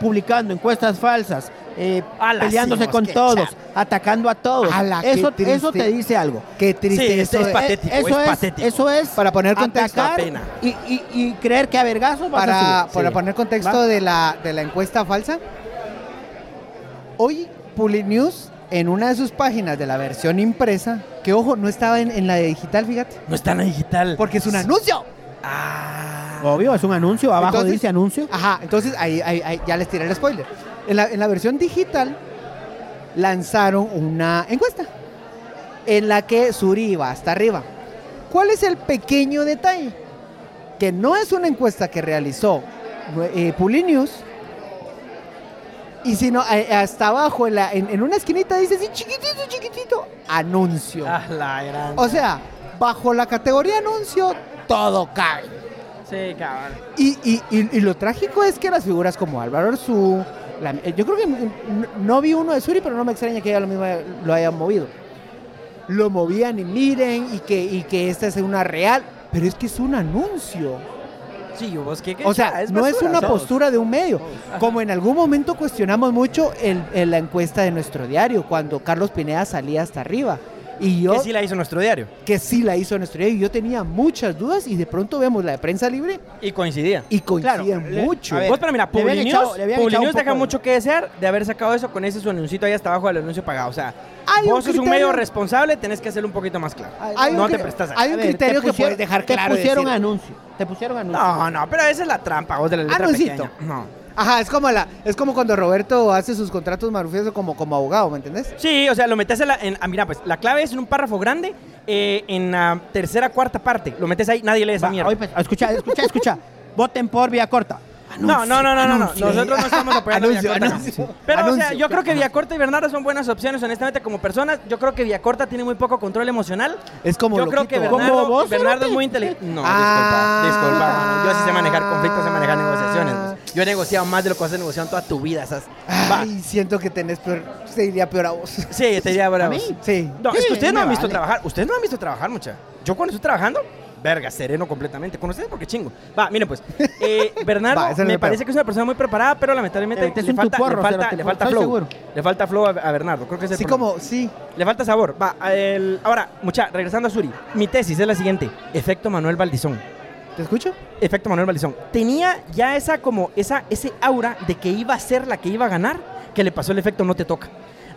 B: publicando encuestas falsas, eh,
C: A las
B: peleándose
C: hijos,
B: con
C: qué
B: todos,
C: chap.
B: atacando a todos.
A: Ala, qué
B: eso,
A: triste.
B: eso te dice algo.
A: Qué triste
C: Sí,
A: eso
C: es
A: de-
C: pa- Patético,
B: Eh, eso
C: es
B: es,
C: patético.
B: Eso es
A: Para poner contexto.
B: atacar
C: Da pena.
B: Y, y- y creer que a vergazos vas a
A: para,
B: subir.
A: para
B: Sí.
A: poner contexto
B: Va.
A: de la, de la encuesta falsa, hoy Puli News, en una de sus páginas de la versión impresa, que ojo, no estaba en, en la de digital, fíjate,
C: No está en la digital.
A: porque es un anuncio.
C: Ah.
B: Obvio, es un anuncio, abajo
A: Entonces-
B: dice anuncio.
A: Ajá, entonces ahí, ahí- ahí ya les tiré el spoiler. En la, en la versión digital lanzaron una encuesta en la que Suri va hasta arriba. ¿Cuál es el pequeño detalle? Que no es una encuesta que realizó eh, Pulinius, y sino eh, hasta abajo, en, la- en- en una esquinita dice así, chiquitito, chiquitito, anuncio.
C: Ah, la gran.
A: O sea, bajo la categoría anuncio, todo cabe.
C: Sí, cabrón.
A: Y, y- y- y lo trágico es que las figuras como Álvaro Arzú, la- eh, yo creo que n- n- no vi uno de Suri, pero no me extraña que ella lo mismo lo hayan movido. Lo movían y miren, y que, y que esta es una real, pero es que es un anuncio.
C: Sí, vos qué qué
A: O sea,
C: chá,
A: no es
C: basura,
A: una
C: todos.
A: postura de un medio.
C: Todos.
A: Como en algún momento cuestionamos mucho el- el- la encuesta de nuestro diario, cuando Carlos Pineda salía hasta arriba. Y yo
C: Que sí la hizo nuestro diario.
A: que sí la hizo nuestro diario, y yo tenía muchas dudas, y de pronto vemos la de prensa libre
C: Y coincidía.
A: y
B: Claro,
A: coinciden
B: le-
A: mucho.
B: a ver,
C: Vos, pero mira,
B: le habían
C: Publinews
B: echado- le habían
C: Publinews
B: echado un
C: deja
B: poco de-
C: mucho que desear de haber sacado eso con ese su anuncito ahí hasta abajo del anuncio pagado. O sea,
A: Hay un
C: vos sos un
A: criterio.
C: medio responsable, tenés que hacerlo un poquito más claro.
A: Hay
C: no
A: un
C: te
A: cri-
C: prestas a
A: Hay
B: A
A: un
B: ver, te
A: criterio que
B: pusieron-
A: puedes dejar claro.
B: Te pusieron
A: decir.
B: anuncio. Te pusieron anuncio.
C: No, no, pero esa es la trampa, vos de la letra
A: Anuncito.
C: pequeña. Ah, No.
A: Ajá, es como la, es como cuando Roberto hace sus contratos marufiosos como, como abogado, ¿me entendés?
C: Sí, o sea, lo metes en la. en- ah, mira, pues la clave es en un párrafo grande, eh, en la tercera, cuarta parte. Lo metes ahí, nadie lee esa
B: Va,
C: mierda.
B: hoy, pues, escucha, escucha, escucha. Voten por vía corta.
C: No, no, no, no, no, no. Nosotros no estamos apoyando
A: Anuncio,
C: a Villacorta.
A: anuncio.
C: no. Pero, o sea,
A: Anuncio.
C: yo creo que Villacorta y Bernardo son buenas opciones, honestamente, como personas. Yo creo que Villacorta tiene muy poco control emocional.
A: Es como
C: yo creo que
A: loquito,
B: ¿verdad?
C: Bernardo,
B: Como vos,
C: Bernardo
B: cerote.
C: es muy inteligente. No,
A: Ah.
C: disculpa, disculpa, mano. Yo sí sé manejar conflictos, sé manejar negociaciones. pues. Yo he negociado más de lo que has negociado en toda tu vida. Esas. Va.
A: Ay, siento que tenés peor, se diría peor a vos.
C: Sí, te diría, bravo.
A: Sí.
C: No,
A: Sí,
C: es que ustedes no
A: me
C: han visto
A: vale.
C: trabajar. Ustedes no han visto trabajar, mucha. Yo cuando estoy trabajando, verga, sereno completamente. Con ustedes porque chingo. Va, miren pues. eh, Bernardo
A: Va, ese no
C: me
A: le
C: parece
A: pego.
C: que es una persona muy preparada, pero lamentablemente
B: Te
A: Este
B: metes
C: le
B: un
C: falta,
B: tuporro,
C: le falta,
B: cerote,
C: le falta
B: estoy
C: flow.
B: seguro.
C: Le falta flow a, a Bernardo. Creo que es el
A: Así
C: problema.
A: como, sí.
C: Le falta sabor. Va, a el- ahora, mucha, regresando a Suri. Mi tesis es la siguiente. Efecto Manuel Valdizón.
A: ¿Te escucho?
C: Efecto Manuel Valdizón. Tenía ya esa como esa ese aura de que iba a ser la que iba a ganar, que le pasó el efecto no te toca.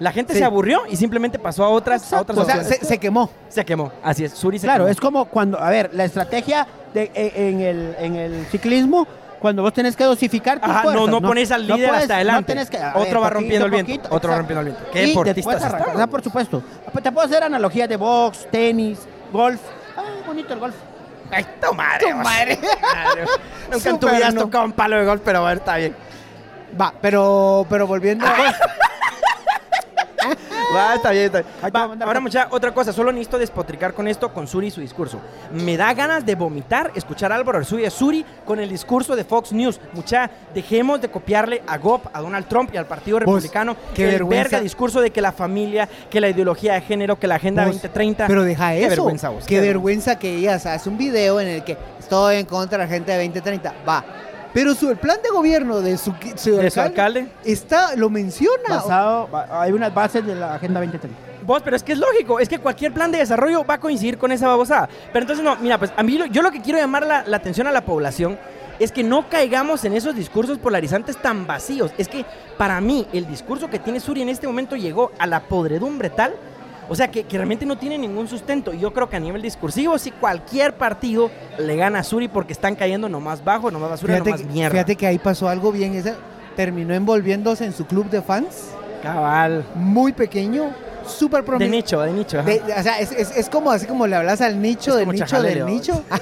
C: La gente
A: Sí.
C: se aburrió y simplemente pasó a otras, a otras
A: O sea,
C: opciones.
A: se, se quemó.
C: Se quemó, así es. Suri se
B: Claro,
C: quemó.
B: es como cuando, a ver, la estrategia de, e- en, el, en el ciclismo, cuando vos tenés que dosificar tus
C: Ajá, no,
B: fuerzas,
C: no pones al líder
B: puedes-
C: hasta adelante.
B: tenés que- a
C: Otro va
B: poquito,
C: rompiendo el viento,
B: poquito,
C: otro va
B: exacto.
C: rompiendo el viento. Qué
B: Y
C: deportistas
B: después
C: están,
B: arrancas,
C: bro.
B: ah, por supuesto. Te puedo hacer analogías de box, tenis, golf. Ah, bonito el golf.
C: Ay, tu madre. vos.
A: madre.
C: Madre. Nunca en tu
A: Súper
C: vida has
A: no.
C: tocado un palo de golf, pero bueno, está bien.
A: Va, pero, pero
C: Ah,
A: volviendo a
C: Va, está bien, está bien.
B: Ahí te
C: Va,
B: voy a mandar
C: ahora,
B: foto.
C: mucha, otra cosa. Solo necesito despotricar con esto, con Suri y su discurso. Me da ganas de vomitar escuchar a Álvaro Arzú y a Suri con el discurso de Fox News. Mucha, dejemos de copiarle a GOP, a Donald Trump y al Partido Republicano.
A: qué
C: el
A: vergüenza.
C: verga discurso de que la familia, que la ideología de género, que la Agenda
A: Vos,
C: 2030.
A: Pero deja eso.
C: Qué vergüenza vos.
A: Qué,
C: qué
A: vergüenza que ella hace un video en el que estoy en contra de la gente de 2030. Va. Pero su, el plan de gobierno de su, su
C: De su alcalde.
A: está, lo menciona.
B: Basado, hay unas bases de la Agenda 2030.
C: Vos, pero es que es lógico, es que cualquier plan de desarrollo va a coincidir con esa babosada. Pero entonces no, mira, pues a mí lo- yo lo que quiero llamar la, la atención a la población es que no caigamos en esos discursos polarizantes tan vacíos. Es que para mí el discurso que tiene Suri en este momento llegó a la podredumbre tal, o sea, que, que realmente no tiene ningún sustento. Y yo creo que a nivel discursivo, si cualquier partido le gana a Suri porque están cayendo nomás bajo, nomás basura,
A: Fíjate,
C: nomás
A: que-
C: mierda.
A: fíjate que ahí pasó algo bien. esa- terminó envolviéndose en su club de fans,
C: cabal.
A: muy pequeño, súper
C: De
A: prominente.
C: nicho, de nicho. ajá.
A: o sea, es, es- es como así como le hablas al nicho
C: Es
A: del
C: como
A: nicho
C: chajalero,
A: del
C: vos.
A: nicho.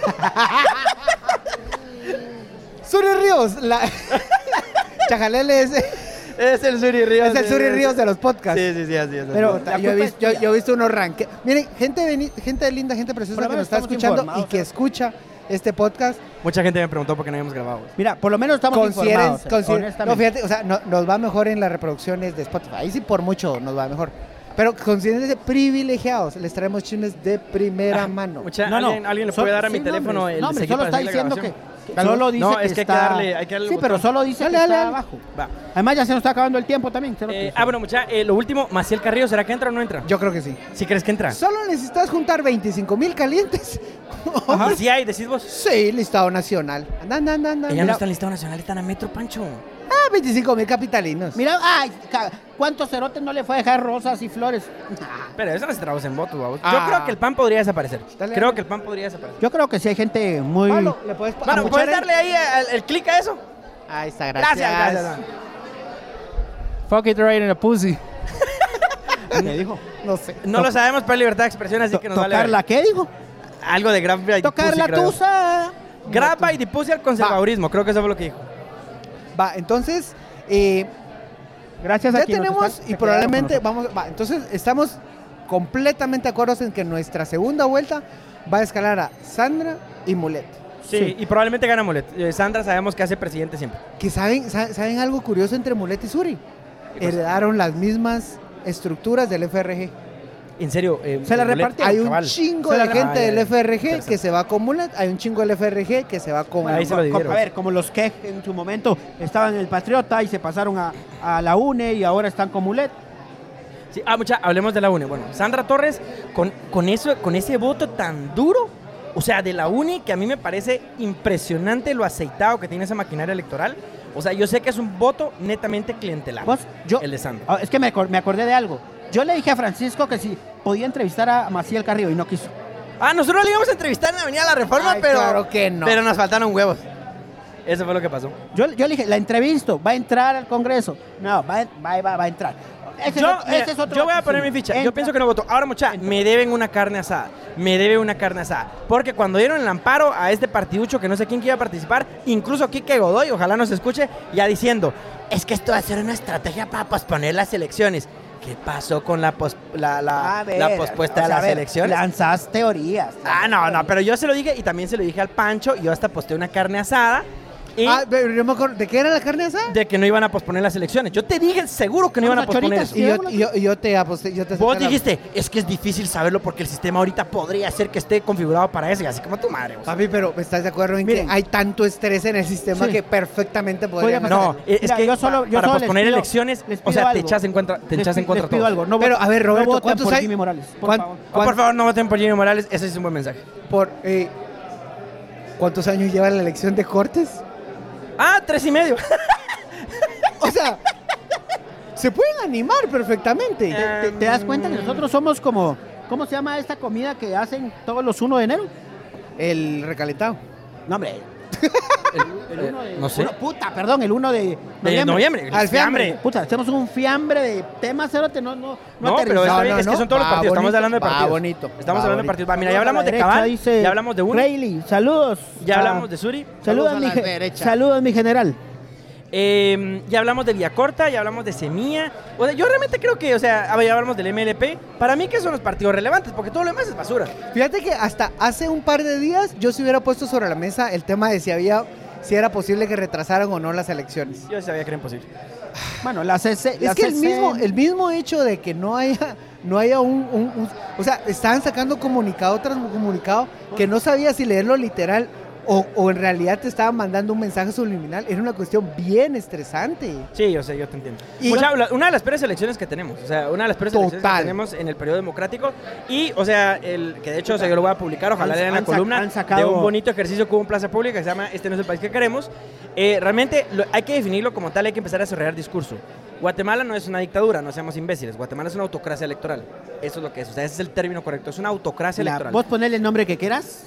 A: Suri Ríos, la... Chajalele es...
C: Es el Suri Ríos.
A: Es el Suri Ríos de los podcasts.
C: Sí, sí, sí, así es. así
A: Pero
C: es.
A: yo,
B: la
A: he visto,
B: culpa es
A: yo,
B: tuya.
A: yo he visto unos ranques. Miren, gente, beni- gente linda, gente preciosa
B: Por lo
A: que nos
B: menos
A: está
B: estamos
A: escuchando y
B: informados,
A: que
B: ¿eh?
A: escucha este podcast.
C: Mucha gente me preguntó por qué no habíamos grabado.
B: Mira, por lo menos estamos
A: Consideren,
B: informados.
C: eh,
A: consideren- no,
B: honestamente.
A: fíjate, o sea, no- nos va mejor en las reproducciones de Spotify. Ahí sí, por mucho nos va mejor. Pero considérense privilegiados. Les traemos chismes de primera mano.
C: Mucha- ¿alguien, alguien le
B: son-
C: puede dar a mi
B: sin
C: teléfono
B: nombres.
C: el
B: No, hombre,
C: seguir
B: solo está
C: para hacer la
B: diciendo que
C: grabación? Tal
B: Solo
C: vez.
B: dice
C: no,
B: que
C: es que
B: está-
C: hay que darle, hay que darle el
B: Sí, pero
C: botón.
B: solo dice
A: Dale,
B: que
A: dale,
B: está
A: dale.
B: abajo.
C: Va.
B: Además, ya se nos está acabando el tiempo también. cerote.
C: Eh, ah, bueno, muchacha, eh, lo último, Maciel Carrillo, ¿será que entra o no entra?
A: Yo creo que sí.
C: Si crees que entra.
A: Solo necesitas juntar 25 mil calientes.
C: Y si hay, decís vos.
A: sí, listado nacional. Anda, anda, anda. anda.
C: Ella Eh, no
A: Mira,
C: está en listado nacional, está en la Metro Pancho.
A: Ah, 25 mil capitalinos.
B: Mira, ay, ca- ¿cuántos cerotes no le fue a dejar rosas y flores?
C: Pero eso no se traduce en votos, babos.
A: Ah.
C: Yo creo que el pan podría desaparecer.
A: Dale,
C: creo
A: dale.
C: que el pan podría desaparecer.
B: Yo creo que sí hay gente muy.
A: Pablo, ¿le puedes pa-
C: Bueno,
A: amuchar
C: ¿puedes
A: el-
C: darle ahí al- el clic a eso?
A: Ahí está, gracias.
C: Gracias, gracias.
D: Fuck it right in a pussy.
B: ¿Qué dijo?
A: No sé.
C: No lo sabemos, pero hay libertad de expresión, así que nos vale.
B: ¿Tocar la qué dijo?
C: Algo de Grab by the
B: Tocar
C: Pussy,
B: la
C: creo.
B: tusa.
C: Grab by the Pussy al conservadurismo, creo que eso fue lo que dijo.
A: Va, entonces, eh,
B: Gracias a
A: ya
B: quien nos
A: tenemos
B: está-
A: y
B: se quedaron con
A: probablemente
B: nosotros.
A: vamos. Va, entonces, estamos completamente de acuerdo en que nuestra segunda vuelta va a escalar a Sandra y Mulet.
C: Sí, y probablemente gana Mulet. Eh, Sandra sabemos que hace presidente siempre.
A: Que saben, sa- saben algo curioso entre Mulet y Suri.
C: pues,
A: Heredaron las mismas estructuras del FRG.
C: En serio, eh,
B: Se la
C: Mulet,
B: repartieron,
A: Hay un
C: cabal.
A: chingo
C: Se la
A: de gente
C: repartieron.
A: del FRG que
C: Interesante.
A: se va con Mulet, hay un chingo del FRG que se va con
C: Ahí se lo
B: Como-
C: dividieron.
B: A ver, como los que en su momento estaban en el Patriota y se pasaron a, a la UNE y ahora están con Mulet.
C: Sí, ah, mucha, hablemos de la UNE. Bueno, Sandra Torres, con, con, eso, con ese voto tan duro, o sea, de la UNE, que a mí me parece impresionante lo aceitado que tiene esa maquinaria electoral. O sea, yo sé que es un voto netamente clientelar.
B: ¿Vos? Yo,
C: El de Sandra.
B: Ah, es que me, acor- me acordé de algo. Yo le dije a Francisco que si podía entrevistar a Maciel Carrillo y no quiso.
C: Ah, nosotros le íbamos a entrevistar en la Avenida La Reforma,
A: Ay,
C: pero,
A: claro que no.
C: pero nos faltaron huevos. Eso fue lo que pasó.
B: Yo, yo le dije, la entrevisto, va a entrar al Congreso. No, va, va, va, va a entrar. Ese
C: yo,
B: es otro-
C: mira,
B: ese es otro-
C: yo voy a poner
B: sí,
C: mi ficha.
B: entra.
C: Yo pienso que no voto. Ahora, muchachos, me deben una carne asada. Me debe una carne asada. Porque cuando dieron el amparo a este partiducho que no sé quién que iba a participar, incluso Kike Godoy, ojalá nos escuche, ya diciendo, es que esto va a ser una estrategia para posponer las elecciones. ¿Qué pasó con la, pos- la, la-
B: A ver,
C: la pospuesta
B: o
C: de
B: sea, a
C: las
B: ver,
C: elecciones?
B: Lanzas teorías.
C: Ah, no, no, pero yo se lo dije y también se lo dije al Pancho. y Yo hasta posteé una carne asada. Y
A: Ah, pero yo me acuerdo, ¿de qué era la carne asada?
C: de que no iban a posponer las elecciones. Yo te dije seguro que no iban a
B: Unas
C: posponer
B: choritas
C: eso.
A: Y yo, y yo, y yo te aposté, yo te
C: Vos
A: saqué la-
C: dijiste, es que es difícil saberlo porque el sistema ahorita podría ser que esté configurado para eso, y así como tu madre. vos.
A: Papi, pero ¿estás de acuerdo en
B: Miren.
A: que hay tanto estrés en el sistema
B: Sí.
A: que perfectamente podría
B: Podría
A: pasar?
C: No, eh, es
B: Mira,
C: que
B: yo solo- yo
C: para
B: solo les
C: posponer
B: pido-
C: elecciones,
B: les
C: o
B: pido
C: sea, te
B: algo.
C: echas en contra, te
B: Les
C: echas
B: pi-
C: en contra
B: les pido
C: todo.
B: algo, no
A: Pero,
B: voten-
A: a ver,
B: no
A: Roberto,
B: voten
A: ¿cuántos
B: por
A: hay?
B: Jimmy Morales, por
A: ¿Cuán-
B: favor.
C: Oh, por favor, no voten por Jimmy Morales, ese es un buen mensaje.
A: Por, eh, ¿Cuántos años lleva la elección de Cortes?
C: Ah, tres y medio.
A: O sea, se pueden animar perfectamente. Em.
B: ¿Te, te das cuenta que nosotros somos como... ¿Cómo se llama esta comida que hacen todos los 1 de enero?
A: El recalentado.
B: No, hombre. El,
C: eh,
B: uno de,
C: no sé.
B: uno- puta, perdón, el 1 de
C: De noviembre.
A: Al fiambre.
B: Puta, hacemos un fiambre de temas, cerote, no, no, no,
C: No, pero
B: aterrizamos.
C: está
A: no,
C: bien,
A: no,
C: es que
A: no.
C: son todos los
A: Va
C: partidos, estamos
A: bonito,
C: hablando de
A: va
C: partidos.
A: bonito,
C: Estamos
A: va
C: hablando de
A: bonito.
C: partidos. Va, mira,
B: Saludos a
C: ya
B: la
C: hablamos de
B: derecha,
C: Cabal,
B: dice
C: ya hablamos de uno,
B: Reilly, saludos.
C: ya
B: a-
C: hablamos de Suri,
B: Saludos,
A: Saludos a
B: mi
A: la
B: ge-
A: derecha.
B: saludos, mi general.
C: eh, ya hablamos de Villacorta, ya hablamos de Semilla. O sea, yo realmente creo que, o sea, a ver, ya hablamos del MLP. Para mí que son los partidos relevantes, porque todo lo demás es basura.
A: Fíjate que hasta hace un par de días yo se hubiera puesto sobre la mesa el tema de si había, si era posible que retrasaran o no las elecciones.
C: Yo sabía que era imposible.
B: Bueno, la CC. la
A: Es que el
B: CC
A: mismo, el mismo hecho de que no haya, no haya un, un- un- o sea, estaban sacando comunicado tras comunicado que no sabía si leerlo literal o, o en realidad te estaban mandando un mensaje subliminal. Era una cuestión bien estresante.
C: Sí, yo sé, yo te entiendo.
A: Y-
C: Mucha- la- una de las peores elecciones que tenemos, o sea, una de las peores elecciones que
A: Total.
C: tenemos en el periodo democrático y, o sea, el que de hecho, o sea, yo lo voy a publicar, ojalá
B: Han-
C: lean la
B: han sac-
C: columna
B: han sacado-
C: de un bonito ejercicio que hubo en Plaza Pública que se llama Este no es el país que queremos. Eh, realmente lo- hay que definirlo como tal, hay que empezar a desarrollar discurso. Guatemala no es una dictadura, no seamos imbéciles. Guatemala es una autocracia electoral. Eso es lo que es, o sea, ese es el término correcto, es una autocracia
B: la-
C: electoral.
B: vos ponele el nombre que quieras.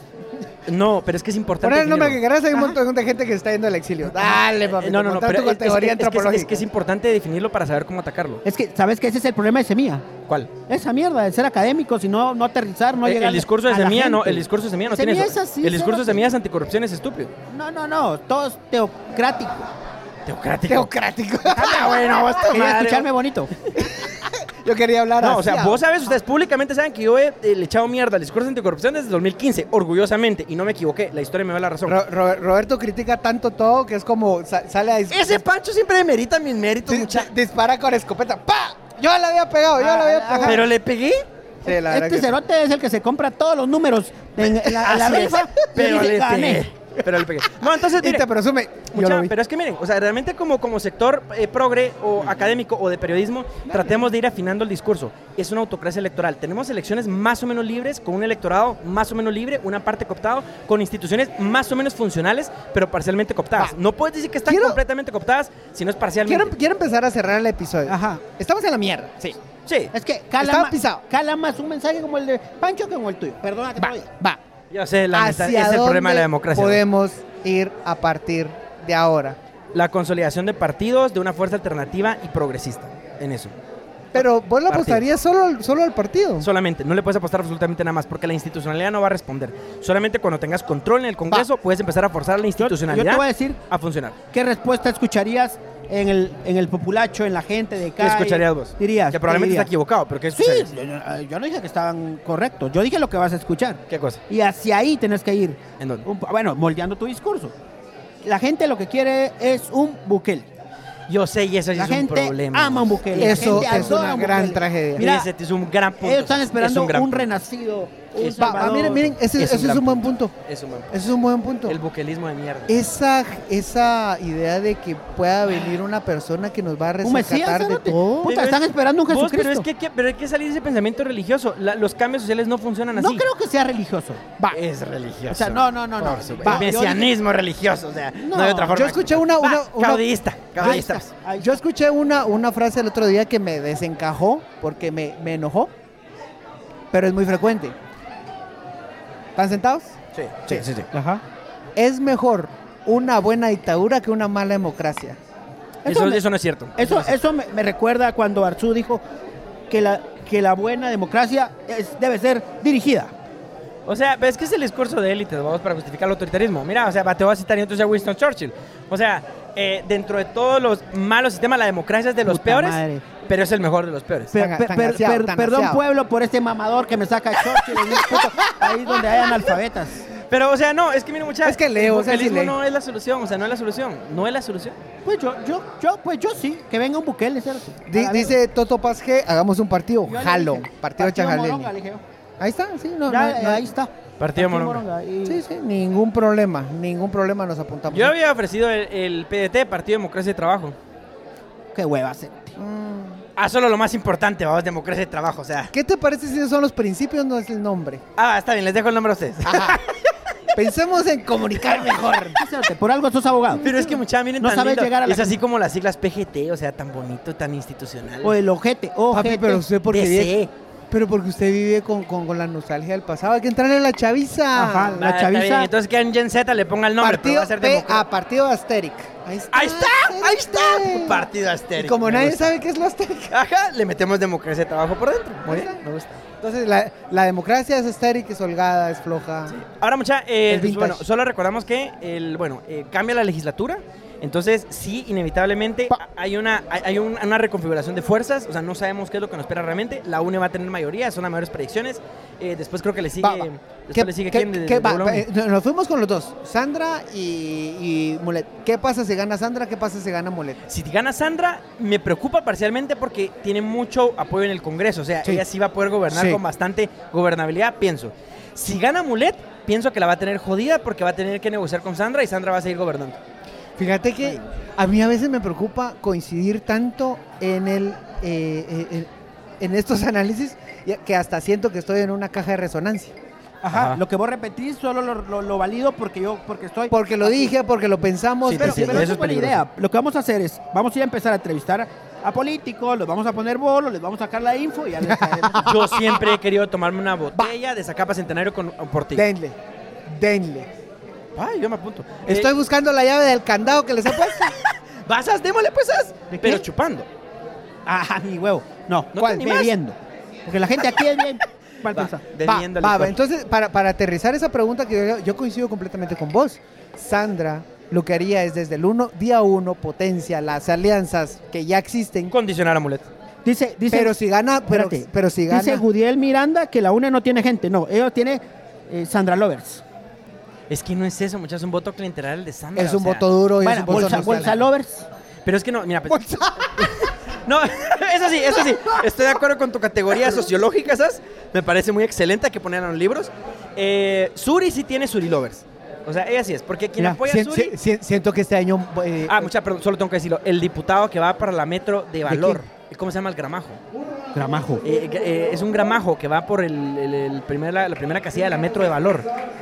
C: No, pero es que es importante.
A: Poner el nombre que
C: definirlo.
A: querás, hay un montón de gente que está yendo al exilio. Dale, papi.
C: Eh, No, no, no,
A: tu
C: pero es, es que-
A: categoría
C: es que es-
A: antropológica.
C: es que es importante definirlo para saber cómo atacarlo.
B: Es que, ¿sabes que Ese es el problema de Semilla.
C: ¿Cuál?
B: Esa mierda de ser académico, si no, no aterrizar, no
C: Eh, el,
B: llegar.
C: discurso de
B: a la
C: Semilla no,
B: gente.
C: el discurso de Semilla no
B: Semilla
C: tiene eso.
B: es así,
C: el discurso de
B: cerote.
C: Semilla es anticorrupción, es estúpido.
B: No, no, no, todo es teocrático.
C: Teocrático.
A: Teocrático.
C: Ah,
B: Ah,
C: bueno, vos tu
B: Quería
C: madre,
B: escucharme bonito.
A: yo quería hablar
C: No, o
A: así,
C: sea,
A: ah.
C: vos sabes, ustedes públicamente saben que yo he, eh, le echado mierda al discurso anticorrupción desde 2015, orgullosamente, y no me equivoqué, la historia me da la razón.
A: Ro- Ro- Roberto critica tanto todo que es como sa- sale a dis-
C: Ese Pancho siempre demerita mis méritos,
A: di-
C: mucha-
A: dispara con escopeta. ¡Pa! Yo la había pegado, yo la había
B: Ah,
A: pegado.
C: Pero le pegué.
A: Sí, la verdad
B: este
A: que-
B: cerote es el que se compra todos los números en, en la, en la
C: Así es.
B: rifa. y
C: Pero
B: dice,
C: le
B: gané.
C: pegué. Pero le pegué. No, entonces,
A: Y
C: mire,
A: te presume. Yo
C: Mucha-
A: lo vi.
C: pero es que miren, o sea, realmente como, como sector eh, progre o académico o de periodismo, tratemos de ir afinando el discurso. Es una autocracia electoral. Tenemos elecciones más o menos libres, con un electorado más o menos libre, una parte cooptado, con instituciones más o menos funcionales, pero parcialmente cooptadas.
A: Va.
C: No puedes decir que están
A: Quiero-
C: completamente cooptadas, sino es parcialmente.
A: Quiero, quiero empezar a cerrar el episodio.
B: Ajá.
A: Estamos en la mierda.
C: Sí, sí.
B: Es que
A: Estaba
B: cala, ma-
A: pisado.
B: cala más un mensaje como el de Pancho que como el tuyo. Perdona que te lo diga.
A: Va.
C: Yo sé, la neta,
A: ¿Hacia
C: es el
A: dónde
C: problema de la democracia.
A: Podemos ir a partir de ahora.
C: La consolidación de partidos, de una fuerza alternativa y progresista. En eso.
A: Pero vos le
C: Partido.
A: apostarías solo, al- solo al partido.
C: Solamente, no le puedes apostar absolutamente nada más porque la institucionalidad no va a responder. Solamente cuando tengas control en el Congreso puedes empezar a forzar la
B: Yo, yo te
C: institucionalidad
B: voy a decir
C: a funcionar.
B: qué respuesta escucharías en el, en el populacho, en la gente de
C: ¿Qué
B: calle.
C: escucharías vos?
B: Dirías.
C: Que probablemente
B: dirías?
C: está equivocado, pero ¿qué
B: Sí,
C: escucharías?
B: yo, yo- yo no dije que estaban correctos. Yo dije lo que vas a escuchar.
C: ¿Qué cosa?
B: Y hacia ahí tenés que ir.
C: ¿En dónde?
B: Un po- bueno, moldeando tu discurso. La gente lo que quiere es un Bukele.
C: Yo sé y ese sí
B: La
C: es un
B: gente
C: problema.
B: ama a un Bukele. la
A: Eso
B: gente
A: es
B: adora
A: una
B: a un
A: gran
B: Bukele.
A: tragedia.
B: Mira,
C: Ese es un gran punto.
B: ellos están esperando
C: Es gran
B: un,
C: punto.
B: renacido. Un
C: Es un
A: Va,
B: salvador.
A: ah, miren, miren, ese
C: Es
A: ese
C: un
A: es,
C: gran
A: un buen
C: punto.
A: punto.
C: Es un buen punto.
A: Ese es un buen punto.
C: El buquelismo de mierda.
A: Esa, esa idea de que pueda venir una persona que nos va a
B: Un Mesías,
A: rescatar de
B: cerote.
A: todo.
B: Puta,
C: Pero
B: están
C: es-
B: esperando un
C: Vos,
B: Jesucristo.
C: pero, es que, que- pero hay que salir de ese pensamiento religioso. La- los cambios sociales no funcionan así.
B: No creo que sea religioso.
A: Va.
C: Es religioso.
B: O sea, no, no, no, no.
C: Por supuesto.
B: Va, yo dije-
C: Mesianismo religioso. O sea, no, hay otra forma.
A: Yo escuché una, una,
C: Va,
A: una-
C: Caudista. Caudista.
B: Ahí
A: yo escuché una, una frase el otro día que me desencajó porque me, me enojó, pero es muy frecuente. ¿Están sentados?
C: Sí, sí, sí. sí.
B: Ajá.
A: Es mejor una buena dictadura que una mala democracia.
C: Eso,
B: Eso me-
C: eso no es cierto.
B: Eso, eso me, me recuerda cuando Arzú dijo que la, que la buena democracia es- debe ser dirigida.
C: O sea, pero es que es el discurso de élites, vamos, para justificar el autoritarismo. Mira, o sea, va- te voy a citar y entonces a Winston Churchill. O sea, eh, dentro de todos los malos sistemas, la democracia es de los
B: Puta
C: peores,
B: madre.
C: pero es el mejor de los peores.
B: Per-
A: Tan-
B: per-
A: tan
B: per-
A: aseado,
B: per-
A: tan
B: perdón,
A: aseado.
B: pueblo, por este mamador que me saca Churchill en un puto país donde hay analfabetas.
C: Pero, o sea, no, es que mira, muchachos.
A: Es que leo,
C: el
A: o sea, sí
C: populismo
A: leo.
C: no es la solución, o sea, no es la solución. No es la solución.
B: Pues yo, yo, yo, pues yo sí, que venga un Bukele. cero.
A: Di-
B: A la verga.
A: dice Toto Paz G, hagamos un partido,
B: Yo le
A: jalo,
B: dije,
A: partido,
B: Moronga, le
A: chajalele.
B: dije yo.
A: Ahí está, sí, no,
B: Ya,
A: no-
B: eh,
A: no-
B: ahí está.
C: Partido Moronga.
B: y-
A: Sí, sí, ningún problema, ningún problema nos apuntamos.
C: Yo había ofrecido el, el PDT, Partido Democracia y Trabajo.
B: Qué hueva, cero.
A: Mm.
C: Ah, solo lo más importante, vamos, Democracia y Trabajo, o sea.
A: ¿Qué te parece si esos son los principios, no es el nombre?
C: Ah, está bien, les dejo el nombre a ustedes.
A: Ah. Pensemos en comunicar mejor.
B: Cérate, Por algo sos abogado.
C: Pero es que muchachos, miren
B: No
C: tan
B: sabes
C: lindo.
B: llegar a la
C: Es así como las siglas PGT, o sea, tan bonito, tan institucional.
B: O el ojete. ojete.
A: Papi, pero usted porque
C: DC.
A: vive, pero porque usted vive con, con- con la nostalgia del pasado. Hay que entrar en la chaviza.
B: Ajá,
C: Ah,
B: la
C: está bien,
B: chaviza.
C: Entonces que en Gen Z le ponga el nombre, pero
A: partido
C: va a ser
A: P
C: democrático.
A: a partido Asteric. Ahí está.
C: Ahí está, ahí está.
A: Asteric.
C: Partido
A: Y
C: astérico.
A: como
C: me
A: nadie
C: gusta.
A: sabe qué es lo Asteric.
C: Ajá, le metemos democracia de trabajo por dentro. Muy
A: Ahí
C: bien,
A: está.
C: me gusta.
A: Entonces, la, la democracia es Asteric, es holgada, es floja.
C: Ahora, mucha, eh,
A: El
C: pues,
A: vintage.
C: bueno, solo recordamos que el, bueno, eh, cambia la legislatura. Entonces, sí, inevitablemente
A: Pa-
C: hay, una, hay- hay un- una reconfiguración de fuerzas. O sea, no sabemos qué es lo que nos espera realmente. La UNE va a tener mayoría, son las mayores predicciones. Eh, después creo que le sigue.
A: Va, va.
C: después
A: ¿Qué-
C: le sigue
A: qué-
C: quién de- E.
A: qué
C: de
A: va?
C: Bolonia.
A: Eh, Nos fuimos con los dos, Sandra y, y Mulet. ¿Qué pasa si gana Sandra? ¿Qué pasa si gana Mulet?
C: Si gana Sandra, me preocupa parcialmente porque tiene mucho apoyo en el Congreso. O sea,
A: Sí.
C: ella sí va a poder gobernar
A: Sí.
C: con bastante gobernabilidad, pienso. Si gana Mulet, pienso que la va a tener jodida porque va a tener que negociar con Sandra y Sandra va a seguir gobernando.
A: Fíjate que a mí a veces me preocupa coincidir tanto en el eh, eh, en- en estos análisis ya que hasta siento que estoy en una caja de resonancia.
B: Ajá,
C: Ajá.
B: Lo que vos repetís solo lo, lo- lo valido porque yo porque estoy.
A: Porque lo dije, porque lo pensamos,
C: Sí,
A: pero,
C: sí, sí,
A: pero-
B: eso
C: eso
B: es
C: es
B: buena
C: peligroso.
B: idea. Lo que vamos a hacer es, vamos a ir a empezar a entrevistar a, a políticos, los vamos a poner bolos, les vamos a sacar la info y ya les traemos.
C: Yo siempre he querido tomarme una botella de Zacapa Centenario con, por ti.
A: denle, denle.
B: Eh,
C: Ay, yo me apunto.
A: Estoy buscando la llave del candado que les he puesto.
C: Vasas, démosle pues as.
B: ¿De
C: Pero
B: qué?
C: chupando.
B: Ajá, Ah, mi huevo. No,
C: te
B: ¿cuál?
C: animás?
B: Bebiendo. Porque la gente aquí es bien mal
C: Va,
B: pensada.
A: Ah, Va,
C: bebiendo
A: va,
B: pues.
C: licor.
A: va. Entonces, para, para aterrizar esa pregunta, que yo, yo coincido completamente con vos. Sandra lo que haría es desde el uno, día uno, potencia las alianzas que ya existen.
C: Condicionar a Mulet.
B: Dice, dice,
A: Pero si gana, pero,
B: espérate,
A: pero si gana.
B: dice Judiel Miranda que la UNE no tiene gente. No, ellos tiene eh, Sandra Lovers.
C: Es que no es eso, muchachos. Es un voto clientelar el de Sandra.
A: Es
C: Mm, o
A: un
C: sea,
A: voto duro y es
B: Bueno,
A: un voto
B: bolsa,
A: nostálgico.
B: bolsa Lovers.
C: Pero es que no, mira. pues- No, eso sí, eso sí. Estoy de acuerdo con tu categoría sociológica, esas. Me parece muy excelente, hay que ponerla en los libros. Eh, Suri sí tiene Suri Lovers. O sea, ella sí es. Porque quien
A: Mira,
C: apoya a
A: sien-
C: Suri.
A: sien- sien- siento que este año. eh,
C: Ah, mucha, perdón, solo tengo que decirlo. El diputado que va para la metro de valor. ¿Cómo se llama el gramajo?
B: Gramajo.
C: Eh, eh, es un gramajo que va por el, el- el primer- la, la primera casilla de la metro de valor.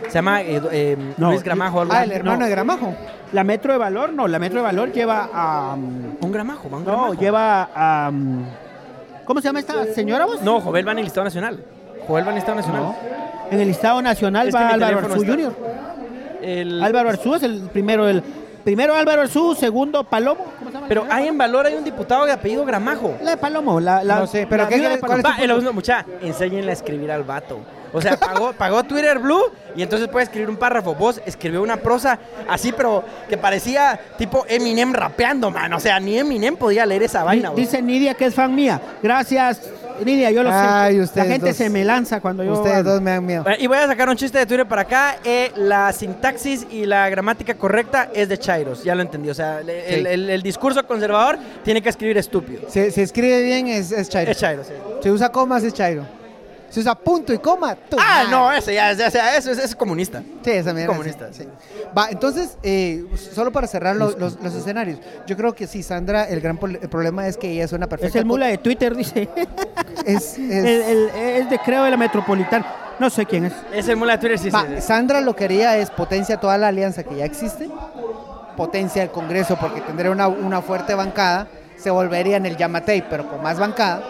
C: Se llama eh, eh,
B: No,
C: Luis Gramajo. algo
A: ah,
C: así.
A: el hermano
B: no.
A: de Gramajo.
B: La metro de valor, no, la metro de valor lleva a. mm,
C: Un gramajo, va un
B: no,
C: gramajo.
B: lleva a. mm, ¿Cómo se llama esta señora vos?
C: No, Jovel va en el listado nacional. Jovel va en el listado nacional.
B: No. En el listado nacional
C: Es que
B: va
C: mi
B: Álvaro
C: teléfono
B: Arzú
C: está-
B: Jr.
C: El-
B: Álvaro Arzú es el primero, el primero Álvaro Arzú, segundo Palomo. ¿Cómo se llama?
C: Pero hay en valor hay un diputado de apellido Gramajo.
B: La de Palomo, la, la-
A: No sé, pero
B: la
A: ¿qué-
B: viuda de
A: cuál es
B: Palomo.
C: Va, el alumno, mucha, enséñenle a escribir al vato. O sea, pagó, pagó Twitter Blue y entonces puede escribir un párrafo. Vos escribió una prosa así, pero que parecía tipo Eminem rapeando, man. O sea, ni Eminem podía leer esa
B: Di-
C: vaina, vos.
B: Dice Nidia que es fan mía. Gracias, Nidia, yo lo
A: Ay,
B: sé. La
A: ustedes
B: gente
A: dos.
B: se me lanza cuando yo.
A: Ustedes
B: hablo.
A: dos me dan miedo.
C: Eh, Y voy a sacar un chiste de Twitter para acá. Eh, la sintaxis y la gramática correcta es de Chairos. Ya lo entendí. O sea, le- el, el- el discurso conservador tiene que escribir estúpido.
A: Se, se escribe bien, es, es Chairo.
C: Es Chairos. sí.
A: Se usa comas, es Chairo. Se usa punto y coma, tú.
C: Ah, no, ese ya, ya, ya, eso es, es comunista.
A: Sí, esa mierda,
C: Comunista,
A: sí, sí. Va, entonces, eh, solo para cerrar los, los- los escenarios, yo creo que sí, Sandra, el gran pol- el problema es que ella es una perfecta.
B: Es el mula de Twitter, dice.
A: Es, es-
B: El- el- es de creo de la metropolitana. No sé quién es.
C: Es el mula de Twitter, sí, sí,
A: Va,
C: sí.
A: Sandra lo que haría es potencia toda la alianza que ya existe, potencia el Congreso porque tendría una, una fuerte bancada, se volvería en el Yamatei, pero con más bancada.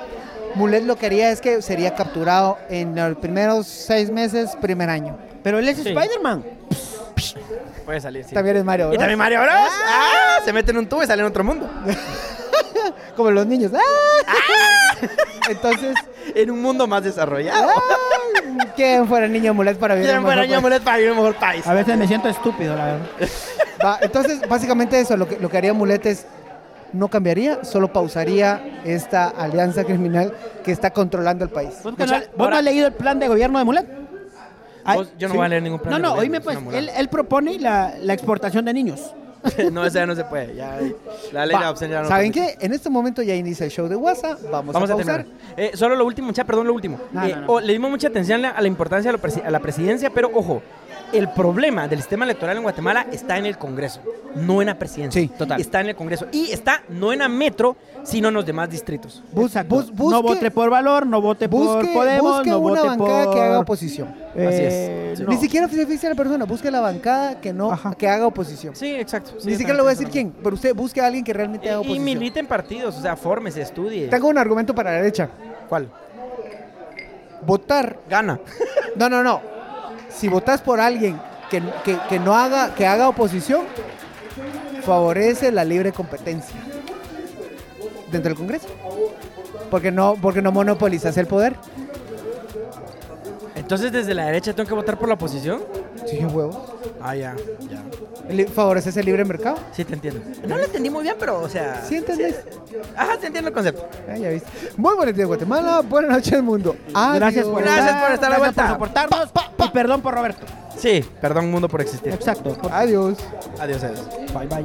A: Mulet lo que haría es que sería capturado en los primeros seis meses, primer año.
B: Pero él es
C: Sí.
B: Spider-Man.
C: Puede salir, sí.
A: También es Mario
C: Y
A: Bros.
C: también Mario Bros. ¡Ah! Se mete en un tubo y sale en otro mundo.
A: Como los niños. ¡Ah! Entonces,
C: En un mundo más desarrollado.
A: ¡ay! ¿quién fuera el niño Mulet para vivir? en
C: Quieren
A: un mejor pues.
C: fuera
A: país?
C: niño Mulet para vivir en un mejor país.
B: A veces me siento estúpido, la verdad.
A: Va, entonces, básicamente eso, lo que, lo que haría Mulet es, no cambiaría, solo pausaría esta alianza criminal que está controlando el país.
B: ¿Vos,
C: Mucha-
B: no, vos no
C: ahora-
B: has leído el plan de gobierno de Mulet? Ay,
C: Vos- yo no
B: sí.
C: voy a leer ningún plan
B: No,
C: de
B: no,
C: gobierno,
B: oíme
C: es
B: pues.
C: una
B: Él,
C: mulada.
B: él propone la, la exportación de niños.
C: no, eso ya no se puede. Ya, la ley
A: Va,
C: de adopción ya no
A: ¿Saben
C: permite.
A: qué? En este momento ya inicia el show de WhatsApp. Vamos,
C: Vamos a
A: a pausar.
C: terminar. Eh, solo lo último, ya, perdón, lo último.
B: No,
C: Eh,
B: no, no.
C: o- le dimos mucha atención a la, a la importancia de la presi- a la presidencia, pero ojo, el problema del sistema electoral en Guatemala está en el Congreso, no en la presidencia.
A: Sí, total.
C: Está en el Congreso. Y está no en la metro, sino en los demás distritos.
A: Bus-
B: Exacto.
A: bus- busque-
B: no vote por valor, no vote
A: busque,
B: por Podemos,
A: busque
B: no
A: una
B: vote
A: bancada
B: por...
A: que haga oposición.
B: Eh,
C: Así es.
B: no.
A: Ni siquiera se fije la persona, busque la bancada que no
B: Ajá.
A: que haga oposición.
C: Sí, exacto.
A: Ni siquiera le voy a decir quién, pero usted busque a alguien que realmente haga
C: Y, y
A: oposición.
C: milita en Eh, partidos, o sea, fórmese, estudie.
A: Tengo un argumento para la derecha.
C: ¿Cuál?
A: Votar.
C: Gana.
A: No, no, no. Si votas por alguien que, que- que no haga, que haga oposición, favorece la libre competencia dentro del Congreso. Porque no, porque no monopolizas el poder.
C: Entonces, desde la derecha tengo que votar por la oposición.
A: Sí, huevos.
C: Ah, ya, ya.
A: Li- Favoreces el libre mercado.
C: Sí, te entiendo. No lo entendí muy bien, pero, o sea.
A: ¿Sí entendés?
C: Ajá, te entiendo el concepto.
A: Ah, ya viste. Muy buenos días, Guatemala. Buenas noches, mundo. Adiós.
B: Gracias por
C: Gracias
B: estar,
C: por estar de
B: gracias
C: vuelta.
B: por soportarnos. Y perdón por Roberto.
C: Sí, perdón, mundo, por existir.
B: Exacto. por-
A: Adiós.
C: Adiós, adiós.
B: Bye, bye.